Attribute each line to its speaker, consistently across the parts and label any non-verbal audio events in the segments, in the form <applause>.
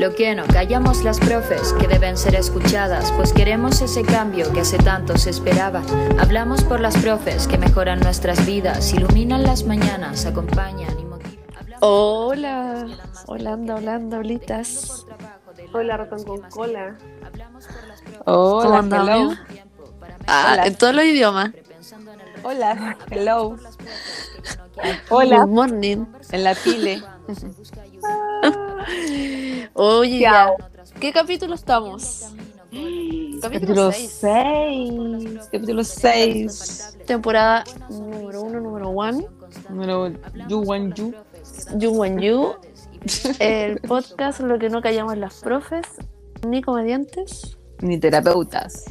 Speaker 1: Lo que no callamos las profes que deben ser escuchadas, pues queremos ese cambio que hace tanto se esperaba. Hablamos por las profes que mejoran nuestras vidas, iluminan las mañanas, acompañan y motivan. Hablamos
Speaker 2: Hola, Holanda, Holanda, Holitas.
Speaker 3: Hola, ratón con cola.
Speaker 2: ¿Cómo
Speaker 4: Hola, hello.
Speaker 2: andamos? Ah,
Speaker 4: Hola.
Speaker 2: en todos los idiomas.
Speaker 4: Hola, hello.
Speaker 2: Good
Speaker 4: Hola,
Speaker 2: morning.
Speaker 4: en la
Speaker 1: <laughs>
Speaker 4: pile.
Speaker 2: Oye, ya.
Speaker 3: Chao.
Speaker 2: ¿Qué capítulo estamos?
Speaker 4: Capítulo
Speaker 2: seis.
Speaker 4: 6. Capítulo 6.
Speaker 2: Temporada número uno, número one.
Speaker 4: Número You Want You.
Speaker 2: You When You. El podcast Lo que no callamos las profes, ni comediantes,
Speaker 4: Ni terapeutas.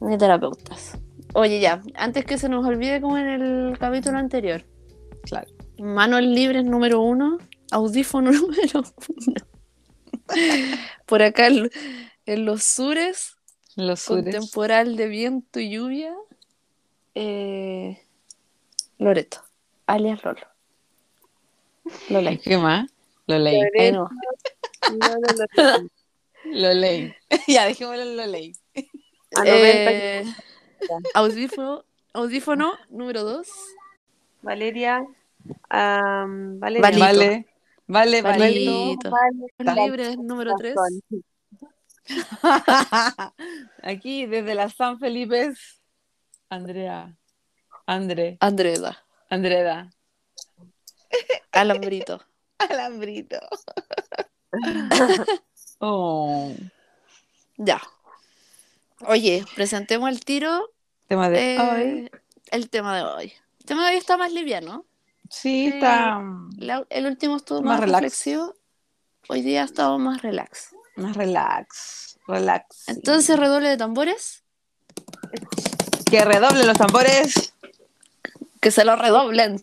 Speaker 2: ni terapeutas. Oye, ya, antes que se nos olvide como en el capítulo anterior.
Speaker 4: Claro.
Speaker 2: Manos libres número uno, audífono <laughs> número uno. Por acá en, en los sures,
Speaker 4: Los
Speaker 2: con
Speaker 4: sures.
Speaker 2: temporal de viento y lluvia. eh, Loreto, alias Lolo. Lola.
Speaker 4: ¿Qué más? Lo leí.
Speaker 2: Ahí no.
Speaker 3: No, no, no.
Speaker 4: Lo leí. <laughs> ya, dejémoslo en lo leí.
Speaker 3: A 90
Speaker 2: Eh, audífono, audífono número 2.
Speaker 3: Valeria. am, Valeria.
Speaker 2: Valito.
Speaker 4: Vale. Vale, vale.
Speaker 2: Valito.
Speaker 3: Vale,
Speaker 2: Libres número 3.
Speaker 3: razón.
Speaker 4: <laughs> Aquí, desde la San Felipe, Andrea. André.
Speaker 2: Andreda.
Speaker 4: Andreda.
Speaker 2: Alambrito.
Speaker 4: Alambrito. <laughs> oh.
Speaker 2: Ya. Oye, presentemos el tiro.
Speaker 4: Tema de
Speaker 2: eh,
Speaker 4: hoy.
Speaker 2: El tema de hoy. El tema de hoy está más liviano.
Speaker 4: Sí,
Speaker 2: Eh,
Speaker 4: está mm,
Speaker 2: La- el último estuvo
Speaker 4: Más
Speaker 2: más,
Speaker 4: relax.
Speaker 2: reflexivo. Hoy día ha estado más relax.
Speaker 4: más relax, relax.
Speaker 2: Entonces, redoble de tambores.
Speaker 4: que redoble los tambores.
Speaker 2: Que se lo redoblen.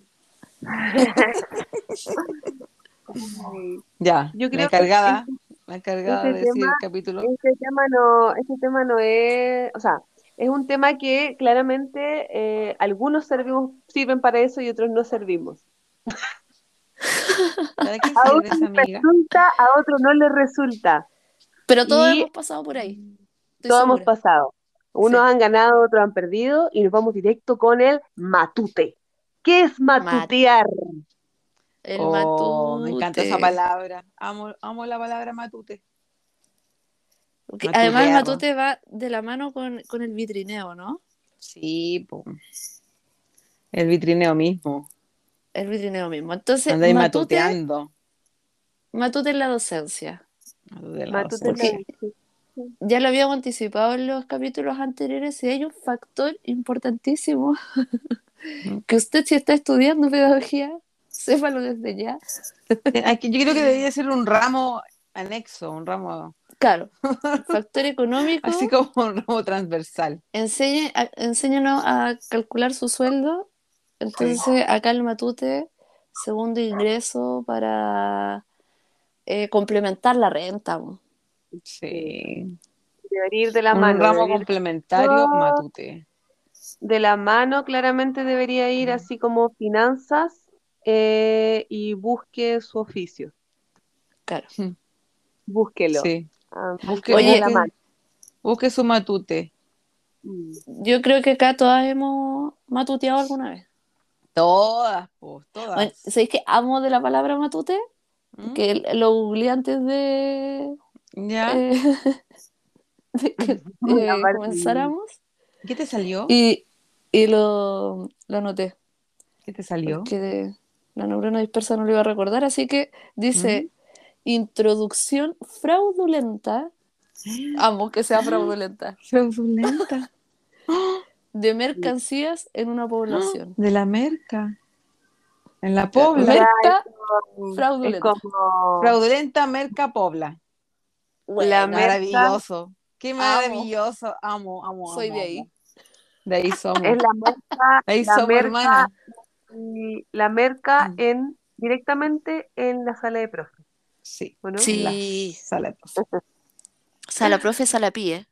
Speaker 4: Ya,
Speaker 3: Yo
Speaker 4: la
Speaker 3: creo que
Speaker 4: encargada, la encargada
Speaker 3: ese
Speaker 4: de decir
Speaker 3: tema
Speaker 4: el capítulo.
Speaker 3: Este tema no, este tema no es, o sea, es un tema que claramente eh, algunos servimos, sirven para eso y otros no servimos.
Speaker 4: ¿Para qué
Speaker 3: A
Speaker 4: sirve
Speaker 3: otros
Speaker 4: esa amiga?
Speaker 3: resulta, a otros no les resulta.
Speaker 2: Pero todos
Speaker 3: Y-
Speaker 2: hemos pasado por ahí. Estoy
Speaker 3: Todos
Speaker 2: segura.
Speaker 3: hemos pasado. Unos
Speaker 2: Sí.
Speaker 3: han ganado, otros han perdido y nos vamos directo con el matute. ¿Qué es matutear?
Speaker 2: El
Speaker 4: Oh, me encanta esa
Speaker 2: matute.
Speaker 4: palabra. Amo, amo la palabra matute.
Speaker 2: Que
Speaker 4: Matutear.
Speaker 2: además, el matute va de la mano con, con el vitrineo, ¿no?
Speaker 4: Sí, po. El vitrineo mismo.
Speaker 2: El vitrineo mismo. Entonces,
Speaker 4: Andáis
Speaker 2: matute,
Speaker 4: matuteando.
Speaker 2: matute en la docencia.
Speaker 4: Matute la
Speaker 3: Matute
Speaker 4: docencia.
Speaker 3: no existe.
Speaker 2: Ya lo habíamos anticipado en los capítulos anteriores y hay un factor importantísimo <laughs> que usted, si está estudiando pedagogía, sépalo desde ya.
Speaker 4: Aquí yo creo que debería ser un ramo anexo, un ramo,
Speaker 2: Claro, factor económico.
Speaker 4: <laughs> así como un ramo transversal.
Speaker 2: enseñe, a- enséñanos a calcular su sueldo. Entonces, acá el matute, segundo ingreso para eh, complementar la renta. po.
Speaker 4: Sí.
Speaker 3: Debería ir de la
Speaker 4: un
Speaker 3: mano.
Speaker 4: ramo
Speaker 3: debería ir
Speaker 4: complementario
Speaker 3: Ah.
Speaker 4: matute.
Speaker 3: de la mano, claramente debería ir así como finanzas eh, y busque su oficio.
Speaker 2: Claro.
Speaker 3: Búsquelo.
Speaker 4: Sí.
Speaker 3: Ah,
Speaker 4: Busque,
Speaker 2: Oye,
Speaker 4: busque-
Speaker 3: la mano.
Speaker 4: busque su matute.
Speaker 3: Mm.
Speaker 2: Yo creo que acá todas hemos matuteado alguna vez.
Speaker 4: Todas, pues, todas.
Speaker 2: Bueno, ¿sabéis que amo de la palabra matute?
Speaker 4: ¿Mm?
Speaker 2: Que l- lo googleé antes de,
Speaker 4: ¿Ya?
Speaker 2: eh, <laughs> de
Speaker 4: <laughs>
Speaker 2: que eh,
Speaker 3: Aparte-
Speaker 2: comenzáramos
Speaker 4: ¿Qué te salió?
Speaker 2: y, y lo, lo anoté.
Speaker 4: ¿Qué te salió?
Speaker 2: porque la neurona dispersa no lo iba a recordar, así que dice introducción fraudulenta, amo que <gasps> sea fraudulenta,
Speaker 4: <laughs> Fraudulenta.
Speaker 2: de mercancías en una <gasps> población.
Speaker 4: De la merca. En la
Speaker 2: Merca
Speaker 4: pobla.
Speaker 3: Es
Speaker 2: fraudulenta.
Speaker 3: como
Speaker 4: Fraudulenta merca pobla.
Speaker 3: la merca-
Speaker 4: Maravilloso. Qué maravilloso. Amo, amo, amo.
Speaker 2: Soy de ahí.
Speaker 4: amo. De ahí somos.
Speaker 3: es la merca,
Speaker 4: De ahí
Speaker 3: la
Speaker 4: somos,
Speaker 3: merca
Speaker 4: hermana.
Speaker 3: y- la merca
Speaker 4: Mm.
Speaker 3: en directamente en la sala de profes,
Speaker 4: Sí.
Speaker 3: ¿o no?
Speaker 2: Sí,
Speaker 4: Sale, por favor.
Speaker 2: sala profe, sala pie.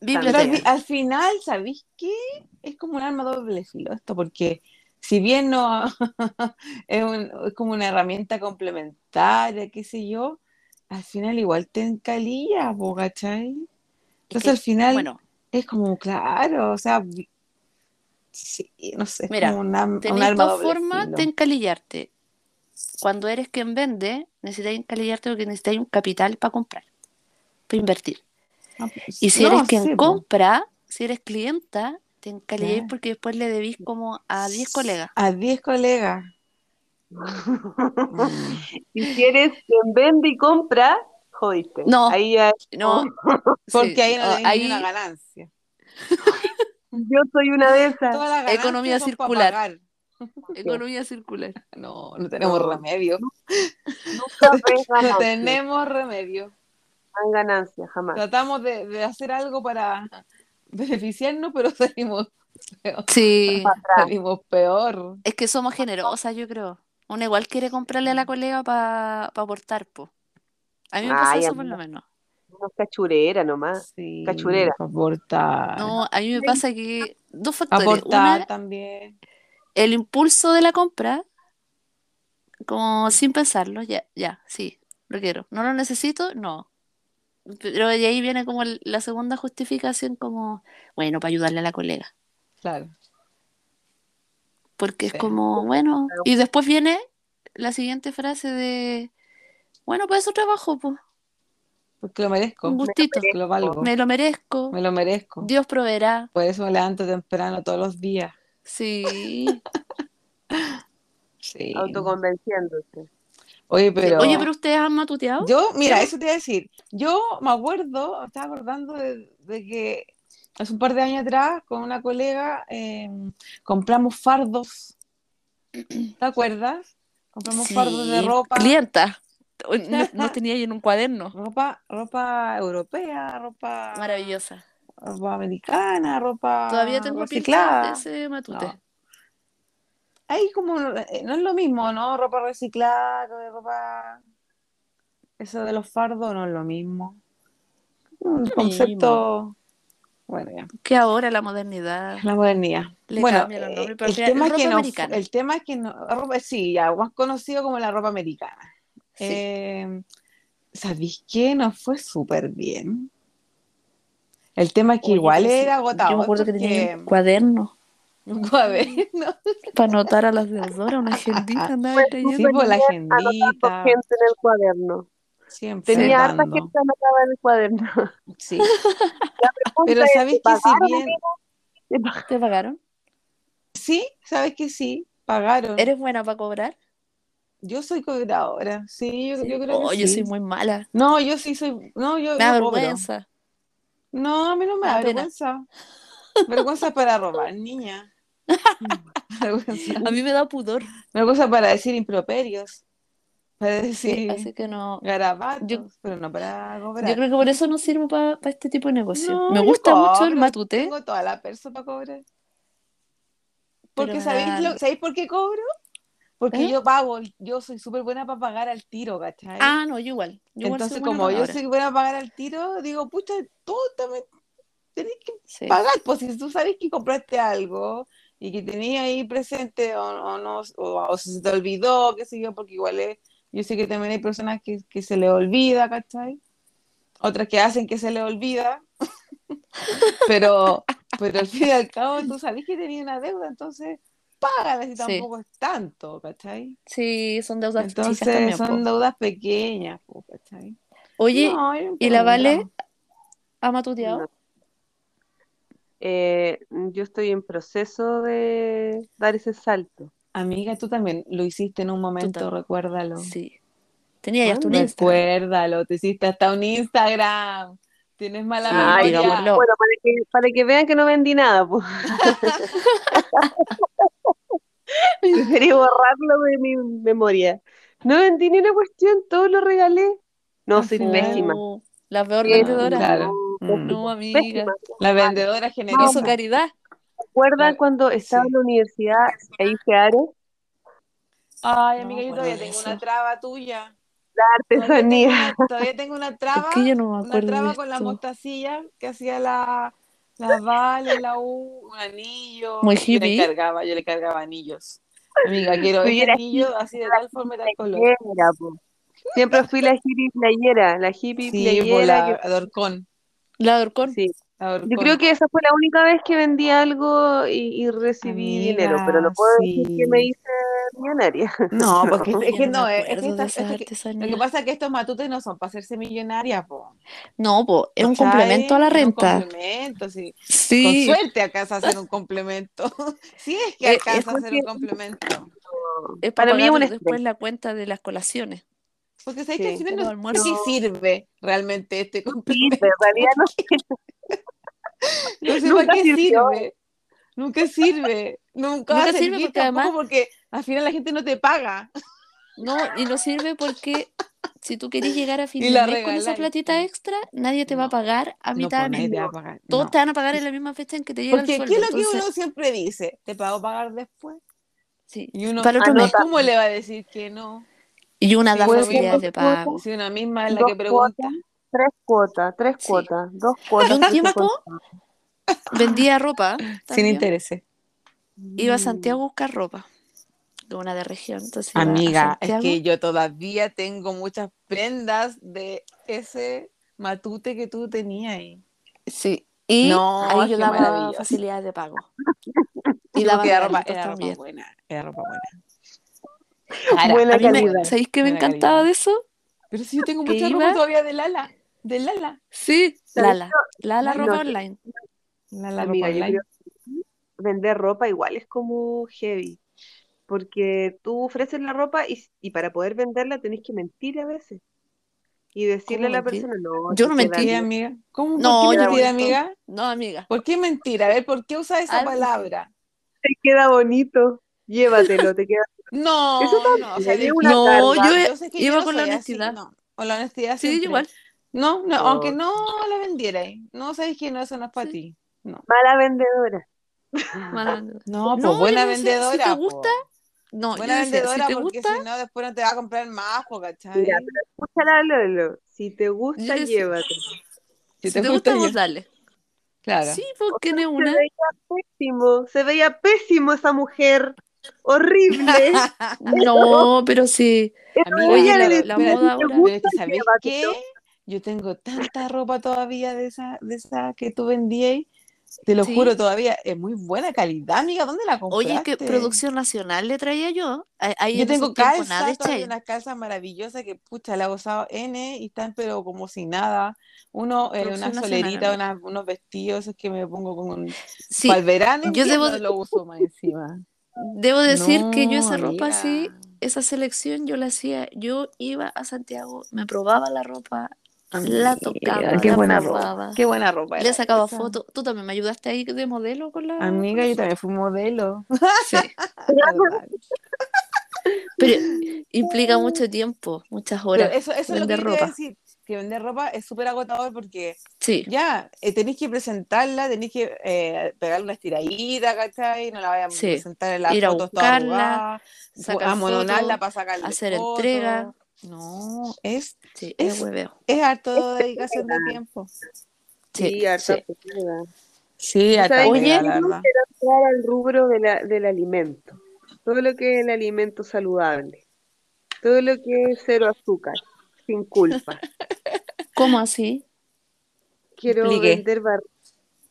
Speaker 4: Pero al,
Speaker 2: Biblioteca.
Speaker 4: fi- al final, ¿sabéis qué? Es como un arma doble filo esto, porque si bien <laughs> no es, un- es como una herramienta complementaria, qué sé yo, al final igual te encalilla, po, ¿cachai?
Speaker 5: Es
Speaker 4: Entonces
Speaker 5: que,
Speaker 4: al final
Speaker 5: Bueno,
Speaker 4: es como, claro, o sea, vi- sí, no sé, es
Speaker 5: Mira,
Speaker 4: como una- un
Speaker 2: Tenés
Speaker 4: arma
Speaker 2: dos
Speaker 4: doble
Speaker 2: formas
Speaker 4: filo.
Speaker 2: de encalillarte. Cuando eres quien vende, necesitas encalillarte porque necesitas un capital para comprar, para invertir.
Speaker 4: Ah, pues,
Speaker 2: Y si
Speaker 4: no,
Speaker 2: eres quien
Speaker 4: sí, po.
Speaker 2: compra, si eres clienta, te encalilláis
Speaker 4: Claro.
Speaker 2: porque después le debís como a 10 colegas.
Speaker 4: A 10 colegas. Mm.
Speaker 3: Si quieres quien vende y compra, jodiste.
Speaker 2: No.
Speaker 3: Ahí eh, ya-
Speaker 2: No,
Speaker 4: <laughs> Oh,
Speaker 2: <laughs>
Speaker 4: Porque
Speaker 2: sí,
Speaker 4: ahí no
Speaker 2: o-
Speaker 4: tenés
Speaker 2: Ah, ahí-
Speaker 4: ninguna ganancia.
Speaker 3: yo soy una de esas.
Speaker 4: Todas las ganancias
Speaker 2: Economía
Speaker 4: son pa'
Speaker 2: circular.
Speaker 4: pagar.
Speaker 2: economía circular.
Speaker 4: No, no tenemos
Speaker 3: No.
Speaker 4: remedio.
Speaker 3: Nunca ves
Speaker 4: No
Speaker 3: ganancia,
Speaker 4: tenemos remedio.
Speaker 3: no hay ganancia, jamás.
Speaker 4: Tratamos de, de hacer algo para <laughs> beneficiarnos, pero <laughs> salimos peor.
Speaker 2: Sí,
Speaker 4: Salimos peor.
Speaker 2: es que somos generosas, yo creo. Uno igual quiere comprarle a la colega para aportar, po. A mí me pasa
Speaker 3: Ay,
Speaker 2: eso
Speaker 3: amiga.
Speaker 2: por lo menos.
Speaker 3: No es cachurera nomás.
Speaker 4: Sí,
Speaker 3: Ah, Cachurera.
Speaker 4: Aportar.
Speaker 2: No, a mí me pasa que dos factores.
Speaker 4: aportar
Speaker 2: Una,
Speaker 4: también.
Speaker 2: el impulso de la compra, como sin pensarlo, ya, ya, sí, lo quiero. No lo necesito, no. Pero de ahí viene como el- la segunda justificación, como, bueno, para ayudarle a la colega.
Speaker 4: Claro.
Speaker 2: Porque es
Speaker 4: Sí.
Speaker 2: como, bueno. Y después viene la siguiente frase de, bueno, pues es su trabajo, pues,
Speaker 4: Porque lo merezco.
Speaker 2: un gustito.
Speaker 4: porque lo valgo.
Speaker 2: Me lo merezco.
Speaker 4: Me lo merezco.
Speaker 2: Dios proveerá.
Speaker 4: Por eso me levanto temprano todos los días. <laughs>
Speaker 2: Sí.
Speaker 4: Sí.
Speaker 3: Autoconvenciéndose.
Speaker 4: Oye, pero.
Speaker 2: Oye, pero ustedes han matuteado.
Speaker 4: Yo, mira, eso te iba a decir. Yo me acuerdo, me estaba acordando de, de que hace un par de años atrás con una colega eh, compramos fardos. ¿Te acuerdas? Compramos fardos de
Speaker 2: Sí,
Speaker 4: ropa,
Speaker 2: Clienta. No, no tenía ahí en un cuaderno.
Speaker 4: ropa, ropa europea, ropa,
Speaker 2: Maravillosa.
Speaker 4: ropa americana, ropa
Speaker 2: Todavía tengo
Speaker 4: reciclada.
Speaker 2: pinzas de ese matute.
Speaker 4: No. Ahí como eh, no es lo mismo, ¿no? Ropa reciclada, que ropa. Eso de los fardos no es lo mismo. Un
Speaker 2: lo
Speaker 4: concepto. Bueno, ya.
Speaker 2: Que ahora la modernidad.
Speaker 4: La modernidad.
Speaker 2: Le
Speaker 4: bueno,
Speaker 2: cambian los
Speaker 4: eh,
Speaker 2: nombres, pero al
Speaker 4: el
Speaker 2: final,
Speaker 4: tema, es
Speaker 2: ropa
Speaker 4: que no,
Speaker 2: americana.
Speaker 4: el tema es que no. ropa- sí, ya, más conocido como la ropa americana.
Speaker 2: Sí.
Speaker 4: Eh, ¿sabéis qué? Nos fue súper bien. El tema es que
Speaker 2: Oye,
Speaker 4: igual
Speaker 2: pero sí,
Speaker 4: era agotado.
Speaker 2: Yo me acuerdo que tenía un cuaderno
Speaker 4: un <laughs> cuaderno.
Speaker 2: <laughs> para anotar a las deudoras, una agendita. andaba
Speaker 3: Fue
Speaker 2: trayendo.
Speaker 4: Sí,
Speaker 3: súper
Speaker 4: por la
Speaker 3: bien anotando
Speaker 4: agendita.
Speaker 3: gente en el cuaderno.
Speaker 4: Siempre.
Speaker 3: Tenía harta
Speaker 4: dando.
Speaker 3: gente anotada en el
Speaker 4: <laughs>
Speaker 3: cuaderno. <laughs>
Speaker 4: Sí.
Speaker 3: Pregunta
Speaker 4: Pero
Speaker 3: es,
Speaker 4: sabes
Speaker 3: ¿te
Speaker 4: que
Speaker 3: pagaron,
Speaker 4: si bien,
Speaker 3: amiga?
Speaker 2: ¿Te pagaron?
Speaker 4: sí, sabes que sí, pagaron.
Speaker 2: ¿Eres buena para cobrar?
Speaker 4: Yo soy cobradora, sí, yo, yo creo
Speaker 2: Oh,
Speaker 4: que
Speaker 2: yo
Speaker 4: sí.
Speaker 2: soy muy mala.
Speaker 4: No, yo sí soy, no, yo,
Speaker 2: Me da
Speaker 4: yo cobro.
Speaker 2: vergüenza.
Speaker 4: No, a mí no me
Speaker 2: Me da
Speaker 4: da
Speaker 2: pena.
Speaker 4: vergüenza. Vergüenza para robar, niña.
Speaker 2: <laughs>
Speaker 4: Vergüenza.
Speaker 2: A mí me da pudor.
Speaker 4: Vergüenza para decir improperios, para decir
Speaker 2: Así que no.
Speaker 4: garabatos,
Speaker 2: Yo-
Speaker 4: pero no para cobrar.
Speaker 2: Yo creo que por eso no sirvo para este tipo de negocio.
Speaker 4: No,
Speaker 2: me
Speaker 4: yo
Speaker 2: gusta mucho el
Speaker 4: cobro,
Speaker 2: matute.
Speaker 4: Tengo toda la perso para cobrar. Porque
Speaker 2: me
Speaker 4: ¿sabéis,
Speaker 2: da-
Speaker 4: lo- ¿sabéis por qué cobro? Porque
Speaker 2: ¿Eh?
Speaker 4: yo pago, yo soy súper buena para pagar al tiro, ¿cachai?
Speaker 2: Ah, no, yo igual. Yo igual
Speaker 4: Entonces,
Speaker 2: soy buena
Speaker 4: como yo
Speaker 2: pagadora.
Speaker 4: soy buena para pagar al tiro, digo, pucha, tú también tenés que <laughs>
Speaker 2: Sí.
Speaker 4: pagar, pues si tú sabes que compraste algo y que tenías ahí presente o, o no, o, o se te olvidó, qué sé yo, porque igual es, yo sé que también hay personas que, que se les olvida, ¿cachai? Otras que hacen que se les olvida, <laughs> pero, pero al fin y al cabo tú sabes que tenías una deuda, entonces págala si
Speaker 2: Sí.
Speaker 4: tampoco es tanto, ¿cachai?
Speaker 2: Sí, son deudas
Speaker 4: Entonces
Speaker 2: chicas también.
Speaker 4: son
Speaker 2: po.
Speaker 4: deudas pequeñas, po, ¿cachai?
Speaker 2: Oye,
Speaker 4: No, yo no
Speaker 2: ¿y la
Speaker 4: tengo
Speaker 2: Vale?
Speaker 4: drama.
Speaker 2: ¿ha matuteado?
Speaker 3: No. Eh, yo estoy en proceso de dar ese salto.
Speaker 4: Amiga, tú también lo hiciste en un momento,
Speaker 2: también.
Speaker 4: recuérdalo.
Speaker 2: Sí. Tenía ya tu
Speaker 4: Recuérdalo,
Speaker 2: Instagram.
Speaker 4: te hiciste hasta un Instagram. Tienes mala
Speaker 2: Sí,
Speaker 4: memoria.
Speaker 2: digámoslo.
Speaker 3: Bueno, para que, para que vean que no vendí
Speaker 4: <laughs>
Speaker 3: nada, pues. <laughs> Preferí borrarlo de mi memoria. No vendí ni una cuestión, todo lo regalé. No, soy
Speaker 4: Al final,
Speaker 3: pésima.
Speaker 2: No, la peor
Speaker 3: Sí,
Speaker 2: vendedora.
Speaker 4: claro.
Speaker 3: No,
Speaker 4: Mm.
Speaker 2: No, amiga.
Speaker 3: pésima.
Speaker 4: La vendedora generosa.
Speaker 2: Hizo caridad.
Speaker 3: ¿Recuerdan
Speaker 4: Claro,
Speaker 3: cuando estaba
Speaker 4: sí.
Speaker 3: en la universidad e hice aros?
Speaker 4: Ay,
Speaker 2: No
Speaker 4: amiga,
Speaker 2: me
Speaker 4: yo
Speaker 2: acuerdo
Speaker 4: todavía
Speaker 2: de
Speaker 4: tengo
Speaker 2: eso.
Speaker 4: una traba tuya. Todavía tengo,
Speaker 3: Artesanía.
Speaker 4: una, todavía tengo una traba,
Speaker 2: ¿Por qué yo no me
Speaker 4: una
Speaker 2: acuerdo de
Speaker 4: traba con la
Speaker 2: esto?
Speaker 4: mostacilla que hacía la, la Val en la U, un anillo.
Speaker 2: Muy
Speaker 4: yo le
Speaker 2: hippie.
Speaker 4: cargaba, yo le cargaba anillos. Amiga, quiero
Speaker 3: Tú
Speaker 4: este
Speaker 3: eras
Speaker 4: anillo así de tal forma y tal color.
Speaker 3: Era, po. Siempre fui la hippie playera, la hippie
Speaker 4: Sí,
Speaker 3: playera.
Speaker 4: por la
Speaker 3: que-
Speaker 4: Adorcón.
Speaker 2: La Dorcón.
Speaker 3: sí.
Speaker 4: Adorcón.
Speaker 3: Yo creo que esa fue la única vez que vendí algo y, y recibí
Speaker 4: Amiga,
Speaker 3: dinero, pero no puedo decir que
Speaker 4: sí.
Speaker 3: me hice millonaria.
Speaker 4: No, porque es,
Speaker 2: Ay,
Speaker 4: es que
Speaker 2: yo
Speaker 4: no,
Speaker 2: me
Speaker 4: es, es que
Speaker 2: acuerdo de
Speaker 4: estas-
Speaker 2: esas
Speaker 4: es que- lo
Speaker 2: artesanías.
Speaker 4: que pasa es que estos matutes no son para hacerse millonarias, po.
Speaker 2: No, po, es un
Speaker 4: ¿cachai?
Speaker 2: complemento a la
Speaker 4: Es un
Speaker 2: renta.
Speaker 4: complemento, sí.
Speaker 2: Sí.
Speaker 4: Con suerte alcanza a hacer un complemento. <laughs> Sí, es que
Speaker 2: Eh,
Speaker 4: alcanza a
Speaker 3: es
Speaker 4: hacer un complemento.
Speaker 3: <laughs>
Speaker 2: Es para,
Speaker 3: Para mí es
Speaker 2: pagar
Speaker 3: un estrés.
Speaker 2: después la cuenta de las colaciones.
Speaker 4: Porque sabéis que al
Speaker 3: Sí.
Speaker 4: final
Speaker 2: Los
Speaker 4: no sé
Speaker 2: almuerzos.
Speaker 4: si sirve realmente este
Speaker 3: Sí,
Speaker 4: complemento.
Speaker 3: pero en realidad no
Speaker 4: <laughs> No sé
Speaker 3: Nunca
Speaker 4: para qué
Speaker 3: sirvió.
Speaker 4: sirve. Nunca sirve. Nunca, va a
Speaker 2: Nunca sirve
Speaker 4: servir
Speaker 2: porque
Speaker 4: tampoco
Speaker 2: además-
Speaker 4: porque al final la gente no te paga.
Speaker 2: No, y no sirve porque si tú querés llegar a fin
Speaker 4: Y
Speaker 2: de
Speaker 4: la
Speaker 2: mes con esa
Speaker 4: regaláis.
Speaker 2: platita extra, nadie te va a
Speaker 4: No.
Speaker 2: pagar a
Speaker 4: No,
Speaker 2: mitad de
Speaker 4: pues, nadie
Speaker 2: mes.
Speaker 4: te va a pagar.
Speaker 2: Todos
Speaker 4: no.
Speaker 2: te van a pagar en la misma fecha en que te llega el
Speaker 4: Porque
Speaker 2: sueldo.
Speaker 4: ¿qué es lo que
Speaker 2: entonces,
Speaker 4: uno siempre dice? Te pago pagar después.
Speaker 2: sí.
Speaker 4: Y uno, "Ah,
Speaker 2: Para el otro mes.
Speaker 3: Anota.
Speaker 4: ¿cómo le va a decir que no?
Speaker 2: Y una
Speaker 4: Sí,
Speaker 2: da
Speaker 4: bueno,
Speaker 2: facilidades de
Speaker 3: bien, pues,
Speaker 2: pago.
Speaker 4: Si una misma es la
Speaker 3: Dos
Speaker 4: que pregunta.
Speaker 3: tres cuotas, tres
Speaker 2: Sí.
Speaker 3: cuotas, dos cuotas.
Speaker 2: Yo un
Speaker 3: tres
Speaker 2: tiempo
Speaker 3: cuotas.
Speaker 2: Vendía ropa.
Speaker 4: Sin
Speaker 2: también.
Speaker 4: interés.
Speaker 2: Iba a Santiago a buscar ropa. De una de región. Entonces iba a
Speaker 4: Amiga, es
Speaker 2: Santiago.
Speaker 4: que yo todavía tengo muchas prendas de ese matute que tú tenías ahí.
Speaker 2: Sí. Y
Speaker 4: No,
Speaker 2: ahí
Speaker 4: qué
Speaker 2: yo daba
Speaker 4: maravilloso.
Speaker 2: facilidades de
Speaker 4: <laughs>
Speaker 2: pago.
Speaker 4: Sí,
Speaker 2: Y daba
Speaker 4: porque era ropa,
Speaker 2: regalitos
Speaker 4: era ropa
Speaker 2: también.
Speaker 4: buena, era ropa buena.
Speaker 3: Buena
Speaker 2: A mí me-
Speaker 3: calidad.
Speaker 2: ¿Sabéis qué me
Speaker 4: Buena
Speaker 2: encantaba
Speaker 4: calidad.
Speaker 2: de eso?
Speaker 4: Pero si yo tengo
Speaker 2: Que
Speaker 4: mucha
Speaker 2: iba-
Speaker 4: ropa todavía de Lala, de Lala.
Speaker 2: Sí,
Speaker 3: ¿Sabes
Speaker 2: Lala. Lala
Speaker 3: No,
Speaker 2: ropa
Speaker 3: no.
Speaker 2: online. Ah,
Speaker 4: Lala
Speaker 3: Amiga,
Speaker 4: ropa
Speaker 3: yo
Speaker 4: online.
Speaker 3: creo que vender ropa igual es como heavy, porque tú ofreces la ropa y, y para poder venderla tenés que mentir a veces y decirle a la
Speaker 2: mentir?
Speaker 3: persona, no,
Speaker 2: Yo
Speaker 3: si
Speaker 2: no
Speaker 3: queda
Speaker 2: mentí.
Speaker 4: ¿Qué,
Speaker 3: bien.
Speaker 4: amiga? ¿Cómo?
Speaker 2: No,
Speaker 4: ¿Por qué
Speaker 3: yo
Speaker 4: mentir,
Speaker 3: no.
Speaker 4: amiga?
Speaker 2: No, amiga.
Speaker 4: ¿Por qué mentir? A ver, ¿por qué usa esa
Speaker 2: Algo
Speaker 4: palabra?
Speaker 3: Te queda bonito, llévatelo, te queda.
Speaker 4: No,
Speaker 3: Eso
Speaker 4: no, o sea,
Speaker 3: es
Speaker 4: de-
Speaker 2: <laughs>
Speaker 3: una
Speaker 2: No,
Speaker 3: carga.
Speaker 2: Oh, yo-
Speaker 4: sé que
Speaker 2: iba
Speaker 4: no
Speaker 2: con la
Speaker 4: soy así,
Speaker 2: honestidad.
Speaker 4: no. Con la honestidad
Speaker 2: Sí,
Speaker 4: siempre.
Speaker 2: igual.
Speaker 4: No, no,
Speaker 3: No.
Speaker 4: aunque no la vendiera, ¿eh? no sabes que no, eso no es para
Speaker 2: Sí.
Speaker 4: ti. No.
Speaker 3: Mala vendedora.
Speaker 2: Mala-
Speaker 4: Ah.
Speaker 2: No,
Speaker 4: No, pues buena
Speaker 2: yo decía, si te
Speaker 4: vendedora. po.
Speaker 2: gusta, No, yo
Speaker 4: Buena
Speaker 2: decía, si
Speaker 4: vendedora,
Speaker 2: te
Speaker 4: porque
Speaker 2: gusta,
Speaker 4: si no, después no te va a comprar más, po, ¿cachai?
Speaker 3: Mira, Escúchala, Lolo, si te gusta,
Speaker 2: Yo decía- <laughs>
Speaker 3: llévatelo.
Speaker 2: si te gusta,
Speaker 4: yo-
Speaker 2: vos dale.
Speaker 4: Claro.
Speaker 2: Sí, porque no es
Speaker 3: Se
Speaker 2: una.
Speaker 3: veía pésimo, se veía pésimo esa mujer,
Speaker 2: <laughs>
Speaker 3: horrible.
Speaker 2: No, pero sí.
Speaker 3: Pero
Speaker 4: Amiga,
Speaker 3: ella
Speaker 4: la-
Speaker 3: le dice,
Speaker 2: la
Speaker 3: "Si
Speaker 2: moda
Speaker 3: te
Speaker 2: ahora".
Speaker 4: Pero es
Speaker 3: gusta,
Speaker 4: que, ¿sabéis qué?
Speaker 3: llévatelo".
Speaker 4: Yo tengo tanta ropa todavía de esa, de esa que tú vendías. Te lo
Speaker 2: Sí.
Speaker 4: juro, todavía es muy buena calidad, amiga. ¿Dónde la compraste?
Speaker 2: Oye, que producción nacional le traía yo. Ahí- Ahí
Speaker 4: Yo
Speaker 2: en esos
Speaker 4: tengo
Speaker 2: tiempos
Speaker 4: calzas,
Speaker 2: nada de
Speaker 4: todavía
Speaker 2: Shein.
Speaker 4: unas calzas maravillosas que, pucha, la he usado N y están pero como si nada. Uno, eh,
Speaker 2: Producción
Speaker 4: una
Speaker 2: nacional,
Speaker 4: solerita,
Speaker 2: amiga.
Speaker 4: unas- unos vestidos esos que me pongo con un...
Speaker 2: Sí,
Speaker 4: Para el verano
Speaker 2: yo debo
Speaker 4: invierno
Speaker 2: de-
Speaker 4: lo uso más encima.
Speaker 2: debo <laughs> decir que yo esa
Speaker 4: No,
Speaker 2: ropa sí,
Speaker 4: amiga.
Speaker 2: esa selección yo la hacía. Yo iba a Santiago, me probaba la ropa,
Speaker 4: Amiga,
Speaker 2: la tocaba,
Speaker 4: qué
Speaker 2: la
Speaker 4: buena
Speaker 2: probaba.
Speaker 4: ropa. Qué buena ropa.
Speaker 2: Le
Speaker 4: era
Speaker 2: sacaba
Speaker 4: esa.
Speaker 2: fotos. Tú también me ayudaste ahí de modelo con la. <laughs>
Speaker 4: Amiga, yo también fui modelo.
Speaker 2: Sí. Pero
Speaker 4: <laughs>
Speaker 2: implica mucho tiempo, muchas
Speaker 4: Pero
Speaker 2: horas.
Speaker 4: eso, eso es lo que
Speaker 2: Vender
Speaker 4: yo te iba a
Speaker 2: ropa.
Speaker 4: decir. Que vender ropa es súper agotador porque
Speaker 2: Sí,
Speaker 4: ya eh, tenéis que presentarla, tenéis que eh, pegarle una estiradita, ¿cachai? No la vayan
Speaker 2: Sí.
Speaker 4: a presentar en las
Speaker 2: Ir a
Speaker 4: fotos
Speaker 2: buscarla,
Speaker 4: todas
Speaker 2: sacar
Speaker 4: amononarla
Speaker 2: fotos,
Speaker 4: para sacarle
Speaker 2: hacer
Speaker 4: fotos.
Speaker 2: entrega.
Speaker 4: No, es,
Speaker 2: sí,
Speaker 4: Es-
Speaker 2: es hueveo.
Speaker 4: es harto dedicación de tiempo.
Speaker 2: Sí,
Speaker 3: Sí, harta
Speaker 2: sí.
Speaker 3: pega.
Speaker 4: Sí,
Speaker 3: harta
Speaker 4: harta
Speaker 2: ¿Sabes pega, qué?
Speaker 4: Oye, la verdad.
Speaker 3: entrar al rubro de la- del alimento. Todo lo que es el alimento saludable. Todo lo que es cero azúcar, sin culpa.
Speaker 2: ¿Cómo así?
Speaker 3: Quiero
Speaker 4: Explique.
Speaker 3: vender bar-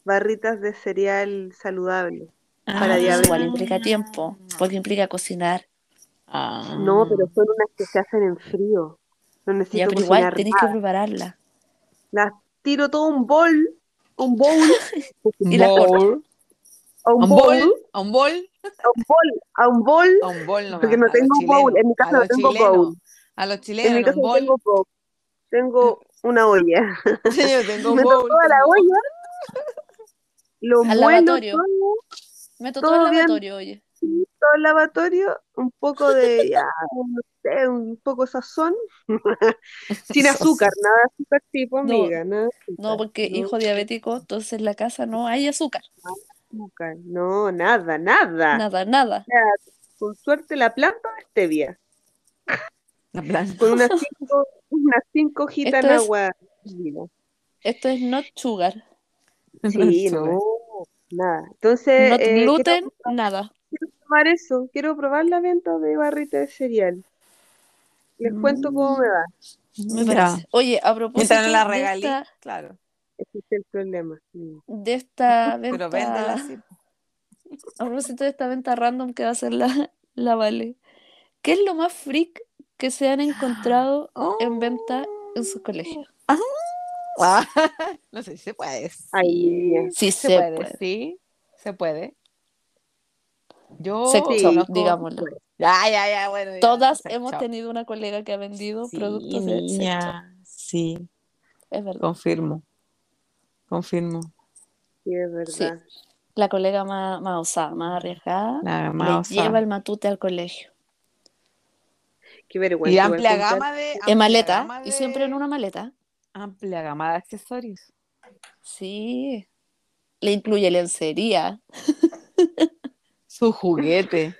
Speaker 3: barritas de cereal saludable. Para
Speaker 2: Ah,
Speaker 3: diabetes.
Speaker 2: Igual implica tiempo, porque implica cocinar.
Speaker 4: Ah.
Speaker 3: No, pero son unas que se hacen en frío. No necesito
Speaker 2: Ya, pero igual
Speaker 3: cocinar
Speaker 2: tenés que
Speaker 3: nada.
Speaker 2: prepararla.
Speaker 3: Las tiro todo un bol, un bowl,
Speaker 2: y la corta.
Speaker 4: bowl,
Speaker 3: a un
Speaker 4: un
Speaker 3: bol,
Speaker 4: bowl, un bowl,
Speaker 3: a un bol, a un bol,
Speaker 4: un bol nomás,
Speaker 3: porque no
Speaker 4: a los
Speaker 3: tengo
Speaker 4: chilenos,
Speaker 3: bowl. En mi casa
Speaker 4: a
Speaker 3: no
Speaker 4: los
Speaker 3: tengo
Speaker 4: chilenos,
Speaker 3: bowl.
Speaker 4: A los
Speaker 3: En mi
Speaker 4: chilenos,
Speaker 3: casa
Speaker 4: un
Speaker 3: no
Speaker 4: bowl. <laughs>
Speaker 3: tengo bowl. Tengo una olla.
Speaker 4: Yo tengo un
Speaker 3: meto
Speaker 4: bowl.
Speaker 3: toda la
Speaker 4: tengo-
Speaker 3: <laughs> olla, lo
Speaker 2: Al
Speaker 3: muelo
Speaker 2: lavatorio.
Speaker 3: todo,
Speaker 2: Meto
Speaker 3: Todo
Speaker 2: todo el
Speaker 3: bien.
Speaker 2: lavatorio, oye.
Speaker 3: todo el lavatorio, un
Speaker 2: <laughs>
Speaker 3: poco de, ya, no sé, un poco sazón, <laughs>
Speaker 2: <laughs>
Speaker 3: sin azúcar, nada de azúcar tipo, amiga, nada de
Speaker 2: No,
Speaker 3: azúcar,
Speaker 2: porque
Speaker 3: no,
Speaker 2: hijo diabético, entonces en la casa no hay azúcar.
Speaker 3: azúcar, no, nada, nada.
Speaker 2: Nada, nada.
Speaker 3: Con suerte la planta de stevia,
Speaker 4: La planta.
Speaker 3: con
Speaker 2: <laughs>
Speaker 3: unas cinco, unas cinco hojitas
Speaker 2: Esto
Speaker 3: en
Speaker 2: es-
Speaker 3: agua. hervida.
Speaker 2: <laughs> Esto es not sugar,
Speaker 3: Sí,
Speaker 4: Azúcar.
Speaker 3: no, nada. Entonces,
Speaker 2: not
Speaker 3: eh, quiero
Speaker 2: gluten, nada.
Speaker 3: probar eso, quiero probar la venta de barrita de cereal. les cuento cómo me va.
Speaker 2: Me parece. Oye, a propósito
Speaker 4: Mientras no la
Speaker 2: de
Speaker 4: regalé,
Speaker 2: esta,
Speaker 4: claro.
Speaker 3: Ese es el problema. Mm.
Speaker 2: de esta
Speaker 4: Pero
Speaker 2: venta-
Speaker 4: véndela así.
Speaker 2: a propósito de esta venta random que va a hacer la, la Vale, ¿qué es lo más freak que se han encontrado
Speaker 4: Eh,
Speaker 2: en venta en sus colegios?
Speaker 4: Ah, <laughs> no sé si se puede.
Speaker 3: Ahí, eh,
Speaker 2: Sí,
Speaker 4: Se,
Speaker 2: se
Speaker 4: puede,
Speaker 2: puede.
Speaker 4: sí. Se puede. Yo
Speaker 2: Sex shop,
Speaker 4: conozco-
Speaker 2: digámoslo.
Speaker 4: Ya, ya, ya, bueno. ya,
Speaker 2: Oh, Todas
Speaker 4: sex
Speaker 2: hemos
Speaker 4: shop.
Speaker 2: tenido una colega que ha vendido
Speaker 4: Sí,
Speaker 2: productos de sex shop.
Speaker 4: niña, Sí,
Speaker 2: Es verdad.
Speaker 4: confirmo. Confirmo.
Speaker 3: sí, es verdad.
Speaker 2: La colega más, más osada, más arriesgada,
Speaker 4: La
Speaker 2: le
Speaker 4: más osada.
Speaker 2: lleva el matute al colegio.
Speaker 3: Qué vergüenza.
Speaker 4: Y
Speaker 3: igual
Speaker 4: amplia
Speaker 3: contar-
Speaker 4: gama de. amplia
Speaker 2: en maleta,
Speaker 4: gama
Speaker 2: y
Speaker 4: Ah, de-
Speaker 2: siempre en una maleta.
Speaker 4: Amplia gama de accesorios.
Speaker 2: Sí. Le incluye lencería.
Speaker 4: Su juguete.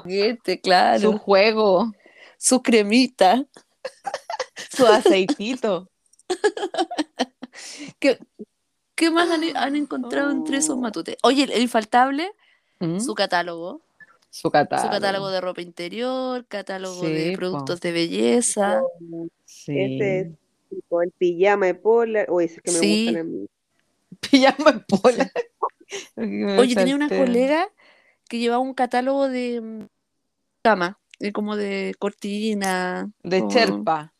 Speaker 2: Juguete,
Speaker 4: su
Speaker 2: <laughs> claro. <laughs>
Speaker 4: juego.
Speaker 2: Su cremita.
Speaker 4: Su aceitito.
Speaker 2: ¿Qué más han, e-,
Speaker 4: Ah.
Speaker 2: han encontrado entre esos matutes? Oye, el infaltable,
Speaker 4: Oh. ¿Mm?
Speaker 2: su
Speaker 4: Su,
Speaker 2: catálogo.
Speaker 4: catálogo.
Speaker 2: Su catálogo de ropa interior, catálogo
Speaker 4: Sí,
Speaker 2: de
Speaker 4: po.
Speaker 2: productos de belleza.
Speaker 4: Sí.
Speaker 3: Ese Este es tipo el pijama de polar. O ese que me
Speaker 2: Sí.
Speaker 3: gustan a mí.
Speaker 4: Pijama en pola. <laughs> Lo que me
Speaker 2: Oye, tenía una
Speaker 4: salté.
Speaker 2: colega que llevaba un catálogo de mm, cama, de como de cortina.
Speaker 4: De
Speaker 2: Oh.
Speaker 4: Cherpa.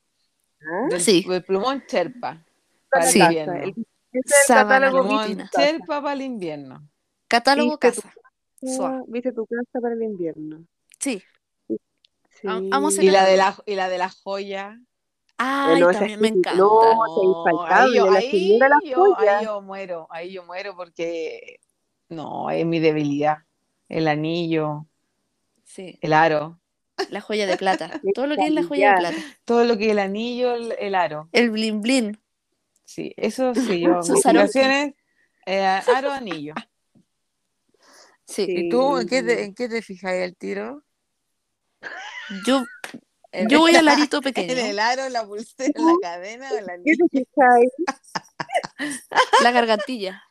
Speaker 3: ¿Ah?
Speaker 4: Del,
Speaker 2: Sí.
Speaker 4: del plumón Cherpa.
Speaker 3: Para
Speaker 4: Para
Speaker 2: Sí.
Speaker 4: el
Speaker 3: casa,
Speaker 4: invierno.
Speaker 3: el-
Speaker 4: El
Speaker 3: ese es el
Speaker 2: Sábana,
Speaker 3: catálogo
Speaker 2: limón.
Speaker 3: viste
Speaker 4: plumón
Speaker 3: casa.
Speaker 4: Cherpa para el invierno.
Speaker 2: Catálogo
Speaker 3: Viste tu-
Speaker 2: casa. Suá.
Speaker 3: Viste tu casa para el invierno.
Speaker 4: Eh,
Speaker 2: Sí.
Speaker 3: Sí.
Speaker 2: Am- amo ese
Speaker 4: Y la de la, y la de la joya. Oh,
Speaker 2: Ay,
Speaker 3: no, esa
Speaker 2: también
Speaker 3: sí,
Speaker 2: me encanta.
Speaker 3: no. esa es infaltable,
Speaker 4: ahí yo,
Speaker 3: la
Speaker 4: ahí
Speaker 3: señora de las
Speaker 4: yo- ahí
Speaker 3: joyas.
Speaker 4: yo muero, ahí yo muero porque no, es mi debilidad. El anillo,
Speaker 2: Sí.
Speaker 4: el aro.
Speaker 2: La joya de
Speaker 4: <laughs>
Speaker 2: plata. Todo lo que es la joya de plata.
Speaker 4: Todo lo que el anillo, el, el aro.
Speaker 2: El blin blin.
Speaker 4: Sí, eso sí,
Speaker 2: <laughs>
Speaker 4: yo.
Speaker 2: Su
Speaker 4: Mis
Speaker 2: sarong.
Speaker 4: creaciones, eh, aro,
Speaker 2: <laughs>
Speaker 4: anillo.
Speaker 2: Sí.
Speaker 3: Sí.
Speaker 4: ¿Y tú en qué te, en qué te fijáis el tiro?
Speaker 2: Yo,
Speaker 4: En-
Speaker 2: yo
Speaker 4: <laughs>
Speaker 2: voy al arito
Speaker 4: En
Speaker 2: pequeño.
Speaker 4: el aro, la pulsera, la cadena o el
Speaker 3: ¿Qué
Speaker 4: anillo.
Speaker 3: te fijáis?
Speaker 2: La gargantilla.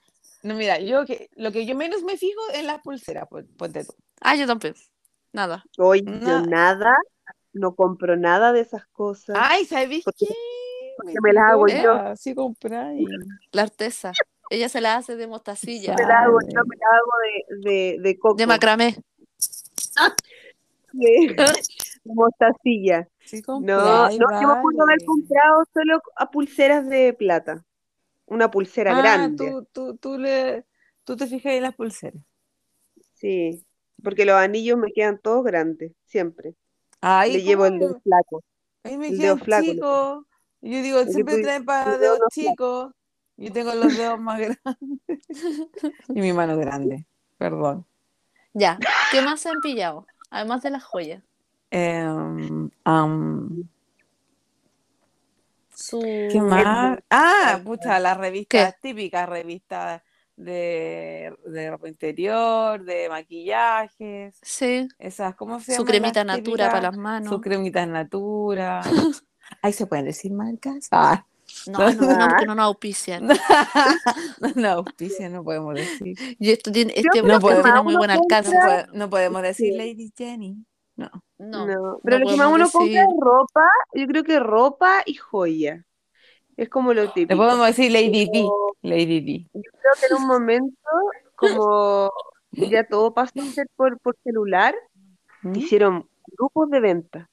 Speaker 4: No, mira, yo que, lo que yo menos me fijo es las pulseras, pon- ponte tú.
Speaker 2: Ah, yo tampoco. Nada.
Speaker 3: Oye,
Speaker 4: No.
Speaker 3: yo nada, no compro nada de esas cosas.
Speaker 4: Ay, ¿sabes
Speaker 3: Porque-
Speaker 4: qué?
Speaker 3: porque me las hago yo.
Speaker 4: Ah, Sí, compráis.
Speaker 2: La artesa. Ella se la hace de mostacilla.
Speaker 3: me la hago, yo me la hago de, de, de coco,
Speaker 2: De macramé.
Speaker 4: <laughs>
Speaker 3: de- de mostacilla.
Speaker 4: Sí,
Speaker 3: No,
Speaker 4: compráis,
Speaker 3: no, yo me acuerdo haber
Speaker 4: vale.
Speaker 3: comprado solo a pulseras de plata. Una pulsera
Speaker 4: Ah,
Speaker 3: grande.
Speaker 4: Tú, tú, tú, le, tú te fijas en las pulseras.
Speaker 3: Sí. Porque los anillos me quedan todos grandes, siempre.
Speaker 4: Ahí
Speaker 3: Le llevo el dedo flaco.
Speaker 4: Ahí me
Speaker 3: el
Speaker 4: quedan
Speaker 3: dedo flaco le
Speaker 4: chicos. Yo digo,
Speaker 3: que
Speaker 4: siempre
Speaker 3: tú-
Speaker 4: traen para
Speaker 3: los
Speaker 4: dedos
Speaker 3: dedos flacos.
Speaker 4: chicos. Yo tengo los dedos más grandes. <laughs> y mi mano grande, perdón.
Speaker 2: Ya. ¿Qué más se han pillado? Además de las joyas.
Speaker 4: Eh, um,
Speaker 2: Su...
Speaker 4: ¿Qué más? Ah, pucha, las revistas
Speaker 2: Em, ¿Qué?
Speaker 4: típicas, revistas de, de ropa interior, de maquillajes,
Speaker 2: Sí.
Speaker 4: esas, ¿cómo se
Speaker 2: Su
Speaker 4: llaman?
Speaker 2: cremita
Speaker 4: las
Speaker 2: natura para
Speaker 4: típicas?
Speaker 2: las manos.
Speaker 4: Sus
Speaker 2: <laughs>
Speaker 4: cremitas natura. Ahí se pueden decir marcas. Ah, <laughs>
Speaker 2: No, no, no, porque no nos auspician.
Speaker 4: no, no, auspicia, no podemos
Speaker 2: <laughs>
Speaker 4: decir.
Speaker 2: Y esto tiene, este
Speaker 3: creo
Speaker 2: podcast
Speaker 4: que
Speaker 2: tiene
Speaker 3: más
Speaker 2: muy
Speaker 3: uno
Speaker 2: buen
Speaker 4: No,
Speaker 2: alcance.
Speaker 4: po- no podemos decir
Speaker 3: Sí.
Speaker 4: Lady Jenny. No.
Speaker 2: No.
Speaker 3: No, Pero lo que más uno
Speaker 2: podemos
Speaker 3: compra
Speaker 2: decir-
Speaker 3: es ropa. Yo creo que ropa y joya. Es como lo
Speaker 4: Le
Speaker 3: típico.
Speaker 4: podemos decir Lady D.
Speaker 3: Pero-
Speaker 4: Lady D.
Speaker 3: creo que en un momento, como ya todo pasó a ser por, por celular,
Speaker 4: ¿Mm?
Speaker 3: hicieron grupos de venta.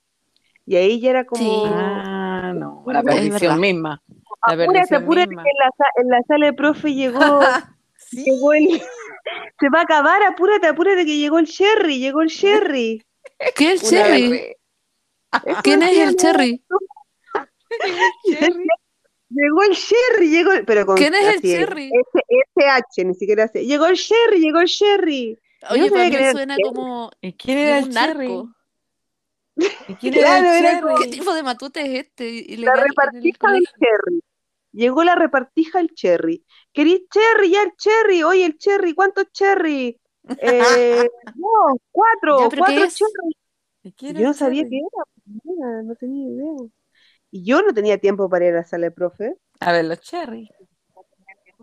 Speaker 3: Y ahí ya era como,
Speaker 2: Sí.
Speaker 4: Ah, no. La
Speaker 3: Es
Speaker 4: perdición
Speaker 2: verdad.
Speaker 4: misma. La
Speaker 3: apúrate,
Speaker 4: perdición
Speaker 3: apúrate,
Speaker 4: misma.
Speaker 3: que en la, sa- en la sala de profe llegó,
Speaker 2: <laughs>
Speaker 4: Sí,
Speaker 3: llegó el... <laughs> Se va a acabar, apúrate, apúrate, que llegó el Sherry, llegó el Sherry.
Speaker 2: ¿Qué es el
Speaker 4: una
Speaker 2: cherry?
Speaker 4: re-
Speaker 2: <laughs> ¿Quién es el
Speaker 3: Llegó-
Speaker 2: cherry?
Speaker 4: Cherry.
Speaker 3: Llegó el Sherry, llegó el... Pero con,
Speaker 2: ¿Quién es el
Speaker 3: así,
Speaker 2: Sherry?
Speaker 3: SH, ni siquiera sé. Llegó el Sherry, llegó el Sherry.
Speaker 2: Oye,
Speaker 3: no
Speaker 2: para
Speaker 3: sabía
Speaker 2: mí
Speaker 3: que era el
Speaker 2: suena
Speaker 3: cherry.
Speaker 2: como
Speaker 4: ¿Y quién era el
Speaker 2: un
Speaker 4: Cherry?
Speaker 2: narco.
Speaker 4: ¿Y quién era
Speaker 3: Claro,
Speaker 4: el
Speaker 3: era
Speaker 4: Cherry?
Speaker 3: como-
Speaker 2: ¿Qué tipo de matute es este?
Speaker 3: La
Speaker 2: Ilegal en el
Speaker 3: repartija del
Speaker 2: colegio.
Speaker 3: Cherry. Llegó la repartija del Cherry. ¿Querís Cherry? Ya el Cherry. Oye, el Cherry.
Speaker 2: <laughs>
Speaker 3: ¿Cuántos Cherry? Eh, no, cuatro.
Speaker 2: Ya, pero ¿qué
Speaker 3: cuatro
Speaker 2: es?
Speaker 3: Cherry.
Speaker 4: ¿Y
Speaker 3: Yo
Speaker 4: quién era
Speaker 3: no
Speaker 4: el
Speaker 3: sabía
Speaker 4: Cherry?
Speaker 3: qué era. mira, no tenía idea. Y yo no tenía tiempo para ir a la sala de profe.
Speaker 4: A ver, los Cherry.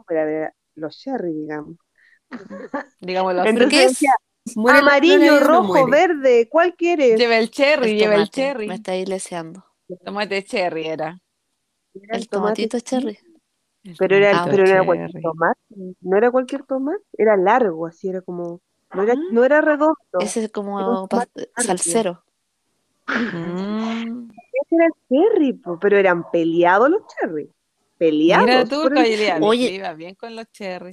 Speaker 3: Para ver a los Cherry, digamos.
Speaker 4: Digámoslo así.
Speaker 3: Entonces
Speaker 2: ¿qué es?
Speaker 3: decía,
Speaker 5: Muere la
Speaker 3: Amarillo,
Speaker 5: flor, ahí uno
Speaker 3: rojo,
Speaker 5: muere.
Speaker 3: verde, ¿cuál quieres?
Speaker 4: Lleva el cherry,
Speaker 2: El
Speaker 4: lleva el
Speaker 2: Pues tomate,
Speaker 4: cherry.
Speaker 2: Me está ileseando.
Speaker 4: Tomate cherry era.
Speaker 3: Era
Speaker 2: El tomatito cherry.
Speaker 3: Pero era,
Speaker 2: Ah,
Speaker 3: pero no era
Speaker 4: cherry.
Speaker 3: cualquier tomate, no era cualquier tomate, era largo, así era como, no era, no era redondo, ese
Speaker 2: Ese Ah, es
Speaker 3: Era
Speaker 2: como pas-
Speaker 3: un tomate
Speaker 2: salsero.
Speaker 4: Mm.
Speaker 3: era el cherry, po, pero eran peleados los cherry, peleados.
Speaker 4: Mira tú,
Speaker 3: pues, por el
Speaker 4: Caylia,
Speaker 3: cherry.
Speaker 2: Oye.
Speaker 4: iba bien con los cherry.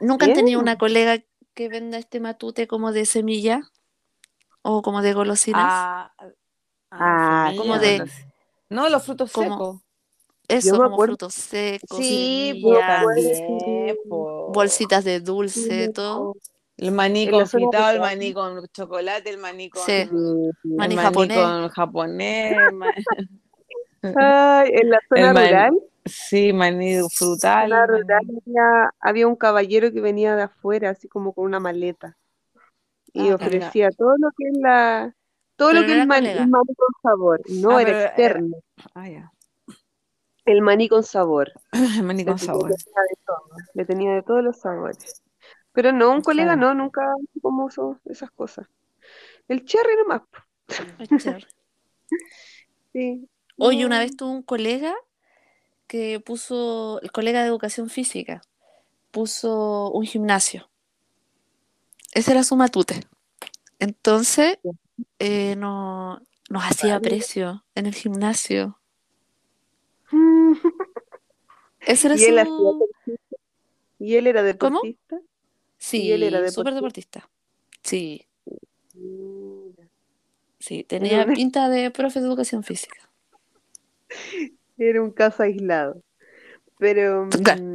Speaker 2: ¿Nunca han
Speaker 3: Bien.
Speaker 2: tenido una colega que venda este matute como de semilla? O como de golosinas.
Speaker 4: Ah,
Speaker 3: Ah,
Speaker 4: semillas,
Speaker 2: como de-
Speaker 4: los- No, los frutos
Speaker 2: como-
Speaker 4: secos.
Speaker 2: Eso,
Speaker 3: me
Speaker 2: como
Speaker 3: acuerdo-
Speaker 2: frutos secos,
Speaker 3: Sí, pues,
Speaker 2: semillas,
Speaker 4: También, po.
Speaker 2: bolsitas de dulce, todo.
Speaker 4: El maní
Speaker 3: En
Speaker 4: con
Speaker 3: la zona
Speaker 4: fritado, el
Speaker 3: rural.
Speaker 4: maní con chocolate, el maní con...
Speaker 2: Sí.
Speaker 4: el
Speaker 2: Maní
Speaker 4: maní
Speaker 2: japonés.
Speaker 4: con japonés. ma-
Speaker 3: Ay, en la zona
Speaker 4: El man-
Speaker 3: rural,
Speaker 4: <laughs> Sí, maní frutal.
Speaker 3: zona
Speaker 4: maní-
Speaker 3: rural había, había un caballero que venía de afuera, así como con una maleta, y
Speaker 2: Ah,
Speaker 3: ofrecía todo lo que es la, todo lo
Speaker 2: Pero
Speaker 3: que
Speaker 2: no
Speaker 3: es
Speaker 2: era
Speaker 3: man-
Speaker 2: colega.
Speaker 3: un maní con sabor, no
Speaker 4: Ah,
Speaker 3: era
Speaker 4: pero era-
Speaker 3: externo,
Speaker 4: Ah, ya. <laughs>
Speaker 3: el maní con sabor.
Speaker 4: El maní con sabor.
Speaker 3: Le tenía de todo, le tenía de todos los sabores. Pero no, un colega
Speaker 4: Claro.
Speaker 3: no, nunca como usó esas cosas. El cherry nomás. po.
Speaker 2: el cherry.
Speaker 3: Sí.
Speaker 2: Hoy
Speaker 3: No.
Speaker 2: una vez tuve un colega que puso, el colega de educación física, puso un gimnasio. Ese era su matute. Entonces, eh, no, nos hacía precio en el gimnasio.
Speaker 3: Mm.
Speaker 2: Ese era
Speaker 3: Y él, hacía
Speaker 2: su...
Speaker 3: deportista. <laughs> y él era
Speaker 2: ¿Cómo?
Speaker 3: deportista.
Speaker 2: Sí,
Speaker 3: y él era
Speaker 2: súper deportista. Sí,
Speaker 3: Mira.
Speaker 2: sí, tenía
Speaker 3: un-
Speaker 2: pinta de profe de educación física.
Speaker 3: Era un caso aislado. Pero. mm,
Speaker 2: Claro.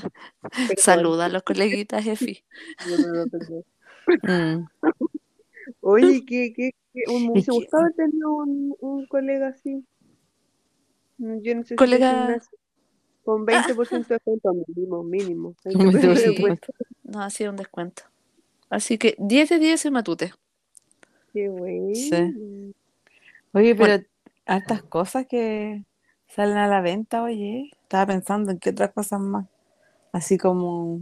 Speaker 3: pero
Speaker 2: Saluda a los
Speaker 3: <laughs>
Speaker 2: coleguitas, Efi.
Speaker 3: bueno, no, no, no, no.
Speaker 4: Mm.
Speaker 3: Oye, que, que, que- me hubiese
Speaker 2: que-
Speaker 3: gustado tener un, un colega así. No, Yo necesito
Speaker 2: Colega-
Speaker 3: un gimnasio con 20% de descuento mínimo, mínimo.
Speaker 2: <laughs>
Speaker 4: Un
Speaker 3: 20% de
Speaker 4: 20%
Speaker 3: descuento.
Speaker 2: Nos hacía un descuento. Así que 10 de 10 en matute.
Speaker 3: Qué bueno.
Speaker 4: Sí. Oye, pero hartas cosas que salen a la venta, oye. Estaba pensando en qué otras cosas más. Así como...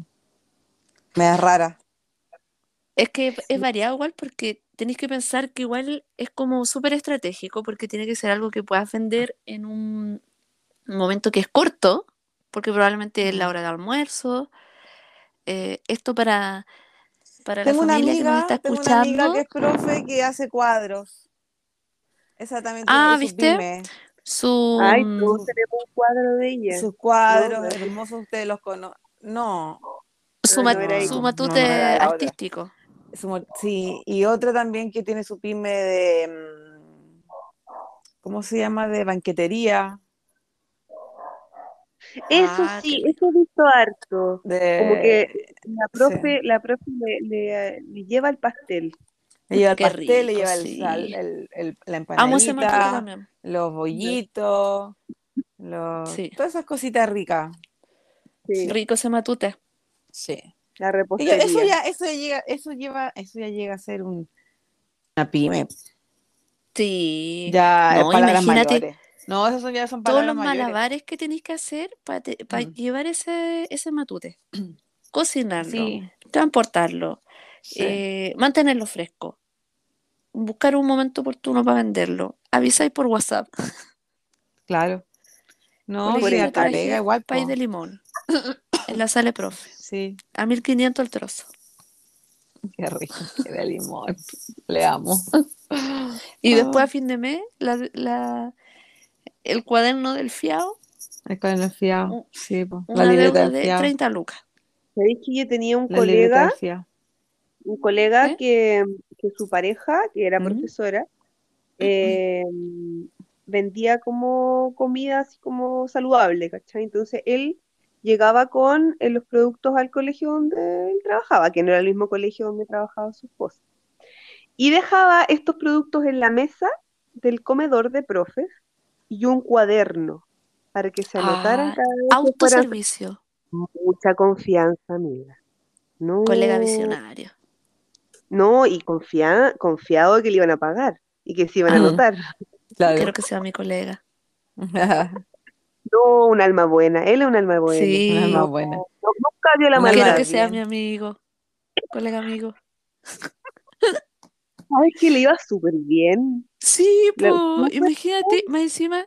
Speaker 4: Me da rara.
Speaker 2: Es que es variado igual porque tenéis que pensar que igual es como súper estratégico porque tiene que ser algo que puedas
Speaker 4: Ah.
Speaker 2: vender en un momento que es corto, porque probablemente es la hora de almuerzo. Eh, esto para, para la
Speaker 4: Tengo una
Speaker 2: familia que nos
Speaker 4: amiga,
Speaker 2: está
Speaker 4: tengo una amiga
Speaker 2: escuchando,
Speaker 4: que es profe que hace cuadros. Esa también
Speaker 2: Ah,
Speaker 4: tiene sus
Speaker 2: ¿viste?
Speaker 4: pymes,
Speaker 2: su...
Speaker 3: Ay,
Speaker 2: Mm.
Speaker 3: todos tenemos un cuadro de ella.
Speaker 4: sus cuadros
Speaker 3: No, no.
Speaker 4: hermosos, ustedes los conocen. No,
Speaker 2: su,
Speaker 3: No,
Speaker 2: ma-
Speaker 3: no era
Speaker 2: su
Speaker 3: ella.
Speaker 2: matute
Speaker 4: No, no era la otra.
Speaker 2: artístico.
Speaker 4: su mo- sí, y otra también que tiene su pyme de, mm, ¿cómo se llama? De banquetería.
Speaker 3: Eso
Speaker 2: Ah,
Speaker 3: sí,
Speaker 2: qué
Speaker 3: eso he visto harto.
Speaker 4: de-
Speaker 3: Como que la
Speaker 4: sí.
Speaker 3: profe, la profe le, le- le lleva el pastel.
Speaker 4: le lleva el
Speaker 2: Qué
Speaker 4: pastel, le
Speaker 2: rico,
Speaker 4: lleva el
Speaker 2: sí. Ah,
Speaker 4: sal- el- el- la
Speaker 2: Amo ese matute
Speaker 4: empanadita,
Speaker 2: también.
Speaker 4: los bollitos, los-
Speaker 2: Sí.
Speaker 4: todas esas cositas ricas.
Speaker 3: Sí,
Speaker 2: Rico ese matute.
Speaker 4: Sí.
Speaker 3: la
Speaker 4: Ella-
Speaker 3: repostería.
Speaker 4: eso ya, eso ya llega, eso lleva, eso ya llega a ser un- una pyme.
Speaker 2: Sí.
Speaker 4: Ya
Speaker 2: No,
Speaker 4: eh, palabras
Speaker 2: imagínate-
Speaker 4: mayores. No, esas son, ya son
Speaker 2: todos
Speaker 4: palabras
Speaker 2: los
Speaker 4: mayores.
Speaker 2: malabares que tenéis que hacer para
Speaker 4: Mm.
Speaker 2: llevar ese, ese matute. <clears throat> Cocinarlo,
Speaker 4: Sí,
Speaker 2: transportarlo,
Speaker 4: sí.
Speaker 2: eh, mantenerlo fresco, buscar un momento oportuno para venderlo. Avisáis por WhatsApp,
Speaker 4: claro. No,
Speaker 2: Por
Speaker 4: sí,
Speaker 2: ejemplo,
Speaker 4: harta
Speaker 2: traje
Speaker 4: pega igual,
Speaker 2: país
Speaker 4: po.
Speaker 2: de
Speaker 4: <coughs>
Speaker 2: limón, en la sale profe,
Speaker 4: Sí,
Speaker 2: a 1500 el trozo.
Speaker 4: qué rico, que era limón. Le amo.
Speaker 2: Y después
Speaker 4: Ah.
Speaker 2: a fin de mes, la- la- el cuaderno del fiao,
Speaker 4: El cuaderno fiado.
Speaker 2: Un-
Speaker 4: Sí, po. La
Speaker 2: una
Speaker 4: libreta
Speaker 2: deuda
Speaker 4: del
Speaker 2: de
Speaker 4: fiado.
Speaker 2: 30 lucas.
Speaker 3: Sabéis que yo tenía un
Speaker 4: La libreta
Speaker 3: colega,
Speaker 4: del fiado.
Speaker 3: un colega
Speaker 2: ¿Eh?
Speaker 3: que, que su pareja, que era
Speaker 4: Ujú.
Speaker 3: profesora, eh, vendía como comida así como saludable, ¿cachai? Entonces él llegaba con eh, los productos al colegio donde él trabajaba, que no era el mismo colegio donde trabajaba su esposa. Y dejaba estos productos en la mesa del comedor de profes y un cuaderno para que se anotaran
Speaker 2: Ah,
Speaker 3: cada vez que fueran
Speaker 2: Autoservicio,
Speaker 3: mucha confianza, amiga. No,
Speaker 4: Oh.
Speaker 2: colega visionario.
Speaker 3: No, y confia- confiado que le iban a pagar y que se iban a
Speaker 2: Ah.
Speaker 4: Ajá.
Speaker 3: anotar.
Speaker 4: <laughs>
Speaker 2: Quiero que sea mi colega.
Speaker 4: Claro.
Speaker 3: No, un alma buena. Él es un alma buena.
Speaker 2: Sí.
Speaker 4: Una más buena.
Speaker 3: No, nunca vio la
Speaker 4: Una
Speaker 2: Quiero
Speaker 3: maldad.
Speaker 2: que sea
Speaker 4: bien.
Speaker 2: mi amigo, colega amigo.
Speaker 3: Sabes que le iba súper bien.
Speaker 2: Sí,
Speaker 3: La- no
Speaker 2: pues,
Speaker 3: sé.
Speaker 2: imagínate, más encima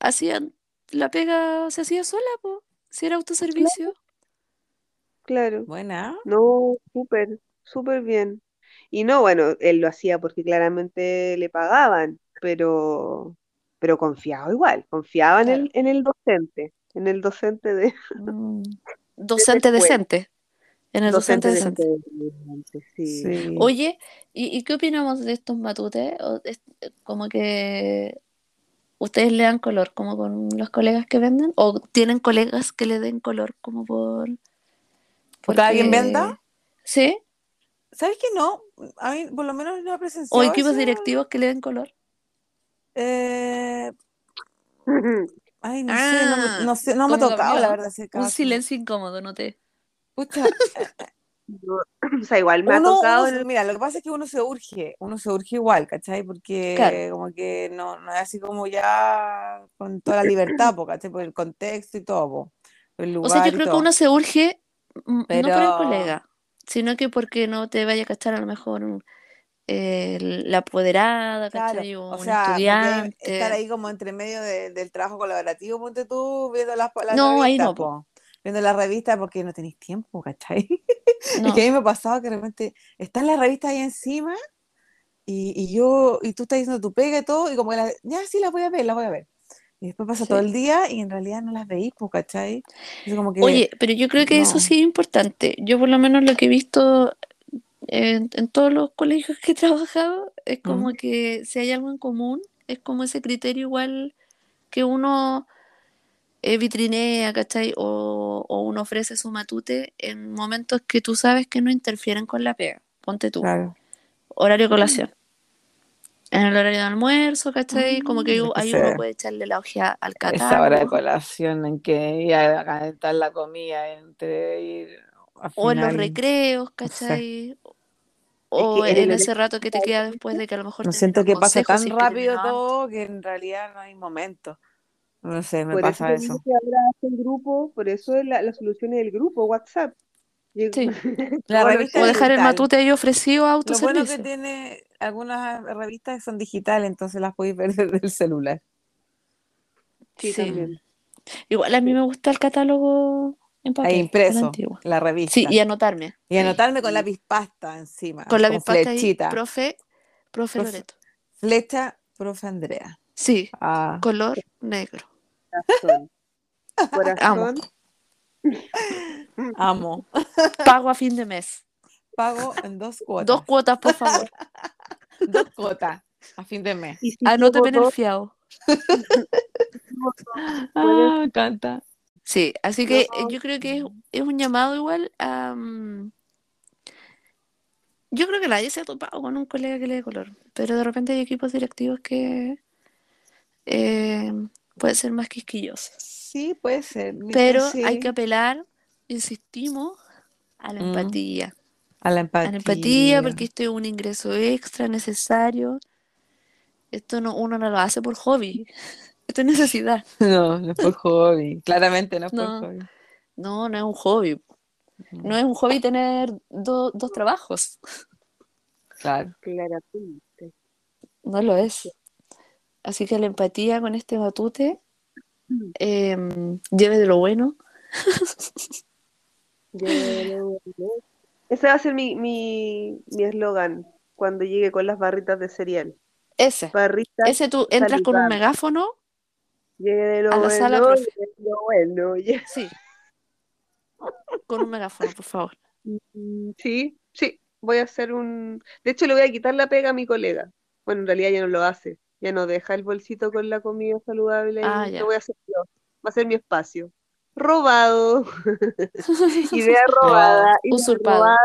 Speaker 2: hacían la pega, se hacía sola, pues, si era autoservicio.
Speaker 3: Claro.
Speaker 4: Buena.
Speaker 3: No, súper, súper bien. Y no, bueno, él lo hacía porque claramente le pagaban, pero, pero confiaba igual, confiaba en el, en el docente, en el docente de
Speaker 4: Mm,
Speaker 2: Docente
Speaker 3: escuela.
Speaker 2: decente. En el docente
Speaker 3: de
Speaker 2: decente.
Speaker 3: docente, sí.
Speaker 4: Sí.
Speaker 2: Oye, ¿y, y qué opinamos de estos matutes? O es- como que ustedes le dan color como con los colegas que venden, o tienen colegas que le den color como por...
Speaker 4: ¿Por cada quien venda?
Speaker 2: Sí,
Speaker 4: ¿Sabes qué no? A mí, por lo menos, no presenciado.
Speaker 2: o equipos
Speaker 4: eso.
Speaker 2: directivos que le den color.
Speaker 4: Eh,
Speaker 3: <laughs>
Speaker 4: ay, no sé, no
Speaker 2: Ah,
Speaker 4: me, no sé, no me ha
Speaker 2: como
Speaker 4: tocado, la
Speaker 2: Gabriela.
Speaker 4: verdad, ese
Speaker 2: Un
Speaker 4: caso.
Speaker 2: silencio incómodo, no te...
Speaker 4: Pucha,
Speaker 3: Yo- <clears throat> o sea, igual me ha
Speaker 4: uno,
Speaker 3: tocado
Speaker 4: uno
Speaker 3: en
Speaker 4: se-
Speaker 3: el-
Speaker 4: mira, lo que pasa es que uno se urge, uno se urge igual, ¿cachai? Porque
Speaker 2: Claro.
Speaker 4: como que no, no es así como ya con toda la libertad, po, ¿cachai? Por el contexto y todo, po, el
Speaker 2: O sea,
Speaker 4: lugar
Speaker 2: yo
Speaker 4: y
Speaker 2: creo que
Speaker 4: todo.
Speaker 2: uno se urge mm, no por el
Speaker 4: Pero-
Speaker 2: colega, sino que porque no te vaya a cachar a lo mejor un- eh, la apoderada,
Speaker 4: Claro,
Speaker 2: ¿cachai?
Speaker 4: o
Speaker 2: Un
Speaker 4: sea, porque hay-
Speaker 2: estudiante.
Speaker 4: estar ahí como entre medio de- del trabajo colaborativo, ponte tú, viendo las, las
Speaker 2: No, ahí
Speaker 4: revistas,
Speaker 2: no, po.
Speaker 4: po. Viendo las revistas porque no tenéis tiempo, ¿cachai? Es
Speaker 2: No.
Speaker 4: que a mí me ha pasado que de repente están las revistas ahí encima y, y yo, y tú estás diciendo tu pega y todo, y como que la- ya sí las voy a ver, las voy a ver. Y después pasa
Speaker 2: Sí.
Speaker 4: todo el día y en realidad no las veís, po, ¿cachai? Es como que,
Speaker 2: Oye, pero yo creo que eso
Speaker 4: no.
Speaker 2: sí es importante. Yo por lo menos lo que he visto en, en todos los colegios que he <laughs> trabajado es como
Speaker 4: Ujú.
Speaker 2: que si hay algo en común, es como ese criterio igual que uno eh, vitrinea, ¿cachai? O, o uno ofrece su matute en momentos que tú sabes que no interfieren con la pega. Ponte tú,
Speaker 4: claro.
Speaker 2: horario de colación. En el horario de almuerzo, ¿cachai? Como que
Speaker 4: Mm, es que
Speaker 2: ahí
Speaker 4: se-
Speaker 2: uno puede echarle la ojeada al
Speaker 4: Esa hora de
Speaker 2: catálogo.
Speaker 4: colación en que iba a calentar la comida entre ir al
Speaker 2: O en los
Speaker 4: final,
Speaker 2: recreos,
Speaker 4: no sé.
Speaker 2: ¿cachai? O
Speaker 3: Es que en
Speaker 2: en
Speaker 3: el
Speaker 2: ese rato que te queda después de que a lo mejor
Speaker 4: No
Speaker 2: terminan
Speaker 4: siento que pasa
Speaker 2: consejos,
Speaker 4: tan
Speaker 2: si es que
Speaker 4: rápido
Speaker 2: terminaban.
Speaker 4: todo que en realidad no hay momento. No sé, me
Speaker 3: Por eso
Speaker 4: pasa
Speaker 3: te digo
Speaker 4: eso.
Speaker 3: que ahora hacen grupo, por eso es la, la solución es el grupo, WhatsApp. Lleg-
Speaker 2: Sí.
Speaker 4: La
Speaker 3: Todos los
Speaker 4: revista
Speaker 2: O dejar el
Speaker 4: digital.
Speaker 2: matute ahí ofrecido a
Speaker 4: Lo bueno que
Speaker 2: autoservicio.
Speaker 4: tiene algunas revistas son digitales, entonces las podéis ver <laughs> desde el celular.
Speaker 3: <laughs> Sí,
Speaker 2: Sí.
Speaker 3: también.
Speaker 2: Igual a mí
Speaker 3: Sí.
Speaker 2: me gusta el catálogo en
Speaker 4: Ahí
Speaker 2: papel, el
Speaker 4: impreso,
Speaker 2: antiguo.
Speaker 4: la revista.
Speaker 2: Sí, y anotarme.
Speaker 4: Y anotarme con
Speaker 3: Sí.
Speaker 4: lápiz pasta encima,
Speaker 2: Con la
Speaker 4: con
Speaker 2: bispasta ahí,
Speaker 4: Ah, flechita.
Speaker 2: profe, profe
Speaker 4: Profe.
Speaker 2: Loreto.
Speaker 4: Flecha, profe Andrea.
Speaker 2: Sí,
Speaker 4: Ah.
Speaker 2: color negro.
Speaker 3: corazón.
Speaker 2: Amo.
Speaker 3: Corazón.
Speaker 4: Amo.
Speaker 2: Pago a fin de mes.
Speaker 4: Pago en dos
Speaker 2: <laughs>
Speaker 4: cuotas.
Speaker 2: Dos cuotas, por
Speaker 4: <laughs>
Speaker 2: favor. <laughs>
Speaker 4: Dos cuotas a fin de mes.
Speaker 3: Y si
Speaker 2: Anóteme en
Speaker 3: tuvo
Speaker 2: el
Speaker 3: dos,
Speaker 2: fiado.
Speaker 4: Ah, me encanta.
Speaker 2: Sí, así que eh,
Speaker 3: No.
Speaker 2: yo creo que es,
Speaker 4: mm.
Speaker 2: es un llamado igual a... mm, yo creo que nadie se ha topado con un colega que le dé color, pero de repente hay equipos directivos que eh, pueden ser más quisquillosos.
Speaker 4: Sí, puede ser. Mira,
Speaker 2: Pero
Speaker 4: sí.
Speaker 2: hay que apelar, insistimos, a la
Speaker 4: Mm.
Speaker 2: empatía.
Speaker 4: A la
Speaker 2: A
Speaker 4: empatía.
Speaker 2: la empatía, porque esto es un ingreso extra necesario. Esto no, uno no lo hace por hobby, <laughs> esto es necesidad.
Speaker 4: <laughs> No, no es por hobby. Claramente no es
Speaker 2: No.
Speaker 4: por hobby.
Speaker 2: No, no es un hobby.
Speaker 4: Mm,
Speaker 2: No es un hobby tener do- dos trabajos.
Speaker 4: Claro.
Speaker 3: claramente.
Speaker 2: No lo es. Así que la empatía con este batute
Speaker 4: Mm.
Speaker 2: eh, lleve de lo bueno.
Speaker 3: Ya lo veré. Ese va a ser mi, mi, mi eslogan cuando llegue con las barritas de cereal.
Speaker 2: Ese.
Speaker 3: Barritas,
Speaker 2: Ese tú entras con un
Speaker 3: saludable.
Speaker 2: megáfono.
Speaker 3: llegue de lo
Speaker 2: a la sala,
Speaker 3: bueno,
Speaker 2: profe.
Speaker 3: llegue de lo bueno. ya.
Speaker 2: Sí. Con un megáfono, por favor.
Speaker 3: Mm, Sí, sí, voy a hacer un... De hecho, le voy a quitar la pega a mi colega. Bueno, en realidad ya no lo hace. Ya no deja el bolsito con la comida saludable. y
Speaker 2: Ah, ya.
Speaker 3: Lo voy a hacer yo. Va a ser mi espacio.
Speaker 2: <laughs>
Speaker 3: Robado. Idea robada. idea
Speaker 2: Usurpado.
Speaker 3: robada,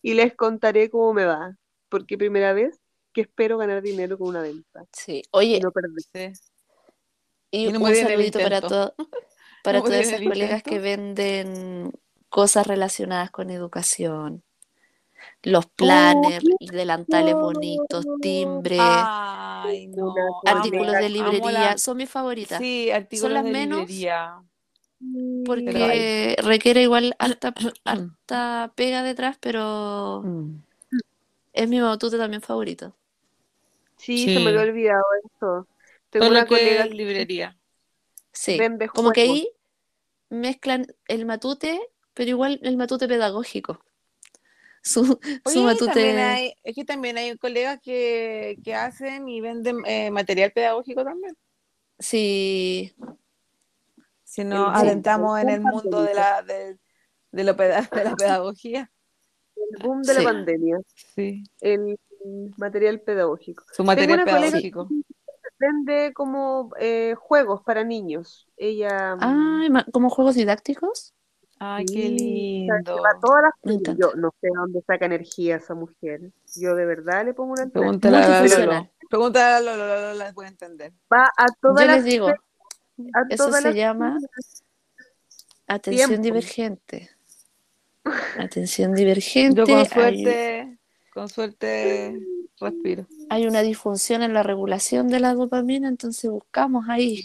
Speaker 3: y les contaré cómo me va. Porque primera vez que espero ganar dinero con una venta.
Speaker 2: <laughs> Sí. Oye,
Speaker 3: Y no perder.
Speaker 4: Sí.
Speaker 2: Eh, y
Speaker 4: Y no
Speaker 2: un
Speaker 4: morir en el
Speaker 2: saludito para,
Speaker 4: <laughs> intento.
Speaker 2: to- para
Speaker 4: No morir
Speaker 2: todas
Speaker 4: en
Speaker 2: esas
Speaker 4: el
Speaker 2: colegas
Speaker 4: intento.
Speaker 2: que venden cosas relacionadas con educación.
Speaker 4: Oh,
Speaker 2: Los planners, delantales bonitos, timbre,
Speaker 4: Ah, Ay, no.
Speaker 3: Una
Speaker 4: amo-
Speaker 2: artículos de
Speaker 4: amo
Speaker 2: librería.
Speaker 4: la-
Speaker 2: Son mis favoritas.
Speaker 4: Sí, artículos
Speaker 2: las
Speaker 4: de
Speaker 2: menos.
Speaker 4: librería. Pero hay. <clears throat>
Speaker 2: Porque requiere igual harta, harta pega detrás, pero
Speaker 4: Mm.
Speaker 2: es mi matute también favorito.
Speaker 3: Sí,
Speaker 4: Sí.
Speaker 3: se me había olvidado eso. Tengo
Speaker 4: Todo
Speaker 3: una
Speaker 4: lo que
Speaker 3: colega
Speaker 4: es librería.
Speaker 2: Sí.
Speaker 3: Vende
Speaker 2: Como que
Speaker 3: juegos.
Speaker 2: ahí mezclan el matute, pero igual el matute pedagógico. Su, su
Speaker 4: Oye,
Speaker 2: matute.
Speaker 4: también hay, es que también hay colegas que, que hacen y venden eh, material pedagógico también.
Speaker 2: Sí.
Speaker 4: Si no,
Speaker 3: Sí.
Speaker 4: adentramos en el
Speaker 3: Ojo,
Speaker 4: mundo de la, del- de, lo peda- de la pedagogía.
Speaker 3: el boom de la
Speaker 2: Sí.
Speaker 3: pandemia,
Speaker 4: Sí,
Speaker 3: el mm, material pedagógico.
Speaker 4: su material
Speaker 3: una colega-
Speaker 4: pedagógico.
Speaker 3: Vende como eh, juegos para niños. Ella mm,
Speaker 2: Ay, ma- como juegos didácticos.
Speaker 4: Ay,
Speaker 3: Sí,
Speaker 4: qué
Speaker 3: o sea,
Speaker 4: lindo.
Speaker 3: que va todas las
Speaker 2: Me encanta.
Speaker 3: Yo no sé dónde saca energía esa mujer. Yo de verdad le pongo una entrega.
Speaker 4: Pregúntale a la
Speaker 2: Multifuncional.
Speaker 4: Lolo. Pregúntale a la Lolo, Lolo la puede entender.
Speaker 3: Va a todas
Speaker 2: Yo
Speaker 3: las
Speaker 2: les digo,
Speaker 3: a
Speaker 2: eso
Speaker 3: todas
Speaker 2: se
Speaker 3: las-
Speaker 2: llama atención
Speaker 3: Tiempo.
Speaker 2: divergente. Atención divergente.
Speaker 4: <laughs> Yo con
Speaker 2: hay-
Speaker 4: suerte, con suerte respiro.
Speaker 2: hay una disfunción en la regulación de la dopamina, entonces buscamos ahí.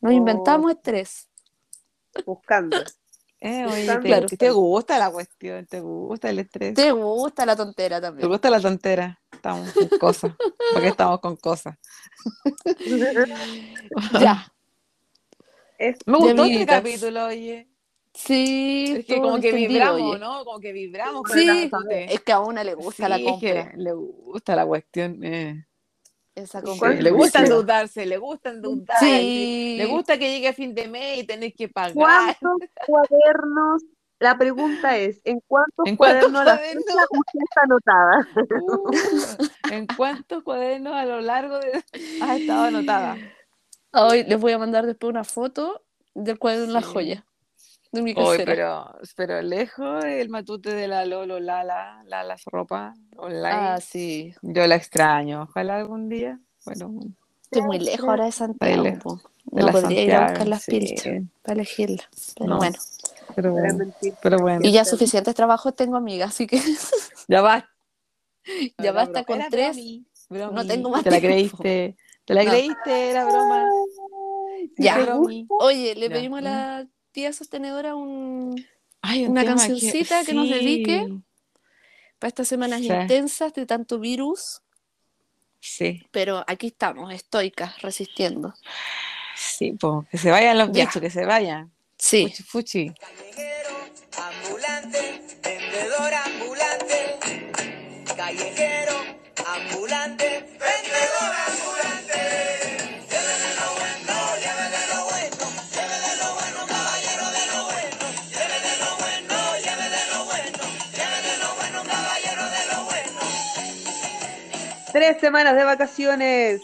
Speaker 2: Nos
Speaker 3: Oh.
Speaker 2: inventamos estrés.
Speaker 3: buscando.
Speaker 4: Eh, oye,
Speaker 3: Están-
Speaker 4: te,
Speaker 3: claro.
Speaker 4: te gusta la cuestión, te gusta el estrés,
Speaker 2: Te gusta la tontera
Speaker 4: te <laughs>
Speaker 2: también.
Speaker 4: gusta la tontera. Estamos con cosas, porque estamos con cosas.
Speaker 2: Ya.
Speaker 3: Es-
Speaker 4: Me gustó este
Speaker 2: amiguitas.
Speaker 4: capítulo, oye.
Speaker 2: Sí,
Speaker 4: Es que
Speaker 2: estuvo
Speaker 4: como que
Speaker 2: distendido,
Speaker 4: vibramos,
Speaker 2: oye.
Speaker 4: ¿no? Como que vibramos con
Speaker 2: Sí,
Speaker 4: el matute.
Speaker 2: es que a una le gusta la
Speaker 4: Sí, es que
Speaker 2: compra.
Speaker 4: le gusta la cuestión. eh.
Speaker 2: Esa
Speaker 4: Sí,
Speaker 2: compra.
Speaker 4: le gusta
Speaker 2: compulsiva.
Speaker 4: endeudarse, le gusta endeudarse.
Speaker 2: Sí.
Speaker 4: Le gusta que llegue a fin de mes y tenés que pagar.
Speaker 3: ¿Cuántos cuadernos? La pregunta es, ¿en cuántos
Speaker 4: ¿En cuántos
Speaker 3: cuadernos a la
Speaker 4: cuadernos?
Speaker 3: fecha usted está anotada?
Speaker 4: Uh, ¿En cuántos cuadernos a lo
Speaker 2: <laughs>
Speaker 4: largo de has estado anotada?
Speaker 2: Hoy les voy a mandar después una foto del cuadro de la
Speaker 4: Sí.
Speaker 2: joya. De mi
Speaker 4: Hoy,
Speaker 2: casera.
Speaker 4: pero, pero lejos el matute de la Lolo Lala, Lala ropa online.
Speaker 2: Ah, sí.
Speaker 4: Yo la extraño. Ojalá algún día. Bueno,
Speaker 2: Estoy muy lejos ahora de Santiago.
Speaker 4: lejos.
Speaker 2: po.
Speaker 4: de
Speaker 2: No
Speaker 4: la
Speaker 2: podría ir a buscar
Speaker 4: Santiago,
Speaker 2: las
Speaker 4: sí.
Speaker 2: pilchas para elegirlas. Pero
Speaker 4: No.
Speaker 2: bueno.
Speaker 4: Pero
Speaker 3: Para
Speaker 4: bueno,
Speaker 3: mentir.
Speaker 4: pero bueno.
Speaker 2: Y ya suficientes trabajos tengo, amiga, así que
Speaker 4: Ya basta.
Speaker 2: ya basta con tres. No tengo más
Speaker 4: Te la
Speaker 2: tiempo.
Speaker 4: creíste. Te la
Speaker 2: No.
Speaker 4: creíste, era broma.
Speaker 2: Ya.
Speaker 4: Era bromi.
Speaker 2: Oye, le
Speaker 4: Ya.
Speaker 2: pedimos a la tía sostenedora un
Speaker 4: Hay
Speaker 2: Una
Speaker 4: tema
Speaker 2: cancioncita que nos dedique.
Speaker 4: Sí,
Speaker 2: para estas semanas
Speaker 4: Sí.
Speaker 2: intensas de tanto virus,
Speaker 4: Sí,
Speaker 2: pero aquí estamos, estoicas, resistiendo.
Speaker 4: sí, po, que se vayan los
Speaker 2: Ya.
Speaker 4: bichos, que se vayan.
Speaker 2: Sí,
Speaker 4: Fuchi, fuchi.
Speaker 5: Callejero, ambulante, vendedor ambulante. Callejero, ambulante, vendedor ambulante. Llévele lo bueno, llévele lo bueno, llévele lo bueno, caballero de lo bueno. Llévele lo bueno, llévele lo bueno, llévele lo bueno, caballero de lo bueno.
Speaker 3: Tres semanas de vacaciones.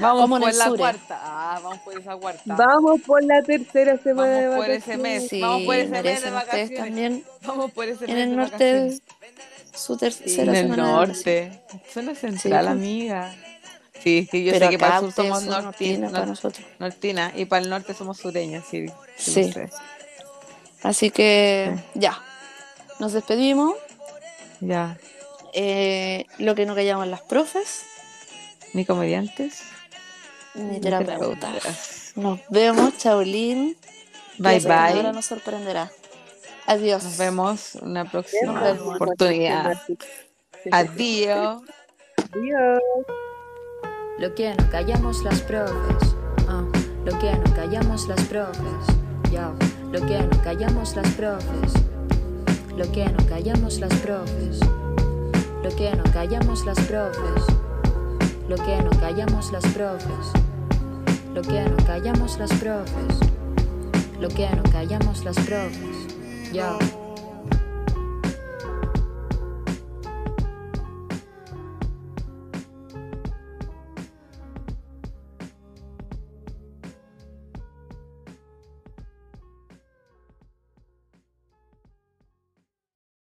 Speaker 4: Vamos
Speaker 2: Como en
Speaker 4: por
Speaker 2: el
Speaker 4: la
Speaker 2: sur, eh.
Speaker 4: cuarta. Ah, vamos por esa cuarta.
Speaker 3: Vamos por la tercera semana de
Speaker 4: Vamos por
Speaker 3: vacaciones.
Speaker 4: ese mes.
Speaker 2: sí,
Speaker 4: Vamos por ese mes de
Speaker 2: merecen ustedes
Speaker 4: vacaciones.
Speaker 2: también
Speaker 4: Vamos por ese mes
Speaker 2: en el
Speaker 4: de
Speaker 2: norte
Speaker 4: vacaciones.
Speaker 2: su
Speaker 4: Sí,
Speaker 2: tercera
Speaker 4: en el
Speaker 2: semana. de vacaciones.
Speaker 4: norte. Zona central,
Speaker 2: pues.
Speaker 4: amiga. Sí, sí, yo
Speaker 2: Pero
Speaker 4: sé que para
Speaker 2: acá
Speaker 4: el sur
Speaker 2: ustedes
Speaker 4: somos
Speaker 2: son nortinas
Speaker 4: nortinas,
Speaker 2: para nosotros.
Speaker 4: nortinas y para el norte somos sureñas, sí. sí
Speaker 2: Sí.
Speaker 4: lo sé.
Speaker 2: Así que ya, nos despedimos.
Speaker 4: Ya.
Speaker 2: Eh, lo que no callamos las profes
Speaker 4: Ni comediantes.
Speaker 2: ni
Speaker 4: ni
Speaker 2: terapeutas.
Speaker 4: terapeutas.
Speaker 2: Nos vemos, Chaolín.
Speaker 4: Bye, bye.
Speaker 2: Ahora nos sorprenderá. Adiós.
Speaker 4: Nos vemos en una
Speaker 3: Nos
Speaker 4: próxima
Speaker 2: vemos.
Speaker 4: oportunidad. Adiós.
Speaker 3: Adiós.
Speaker 1: Lo que no callamos las profes. ah, lo que no callamos las profes. Ya. Lo que no callamos las profes. Lo que no callamos las profes. Lo que no callamos las profes. Lo que no callamos las profes. Lo que no callamos las profes. Lo que no callamos las profes. Ya.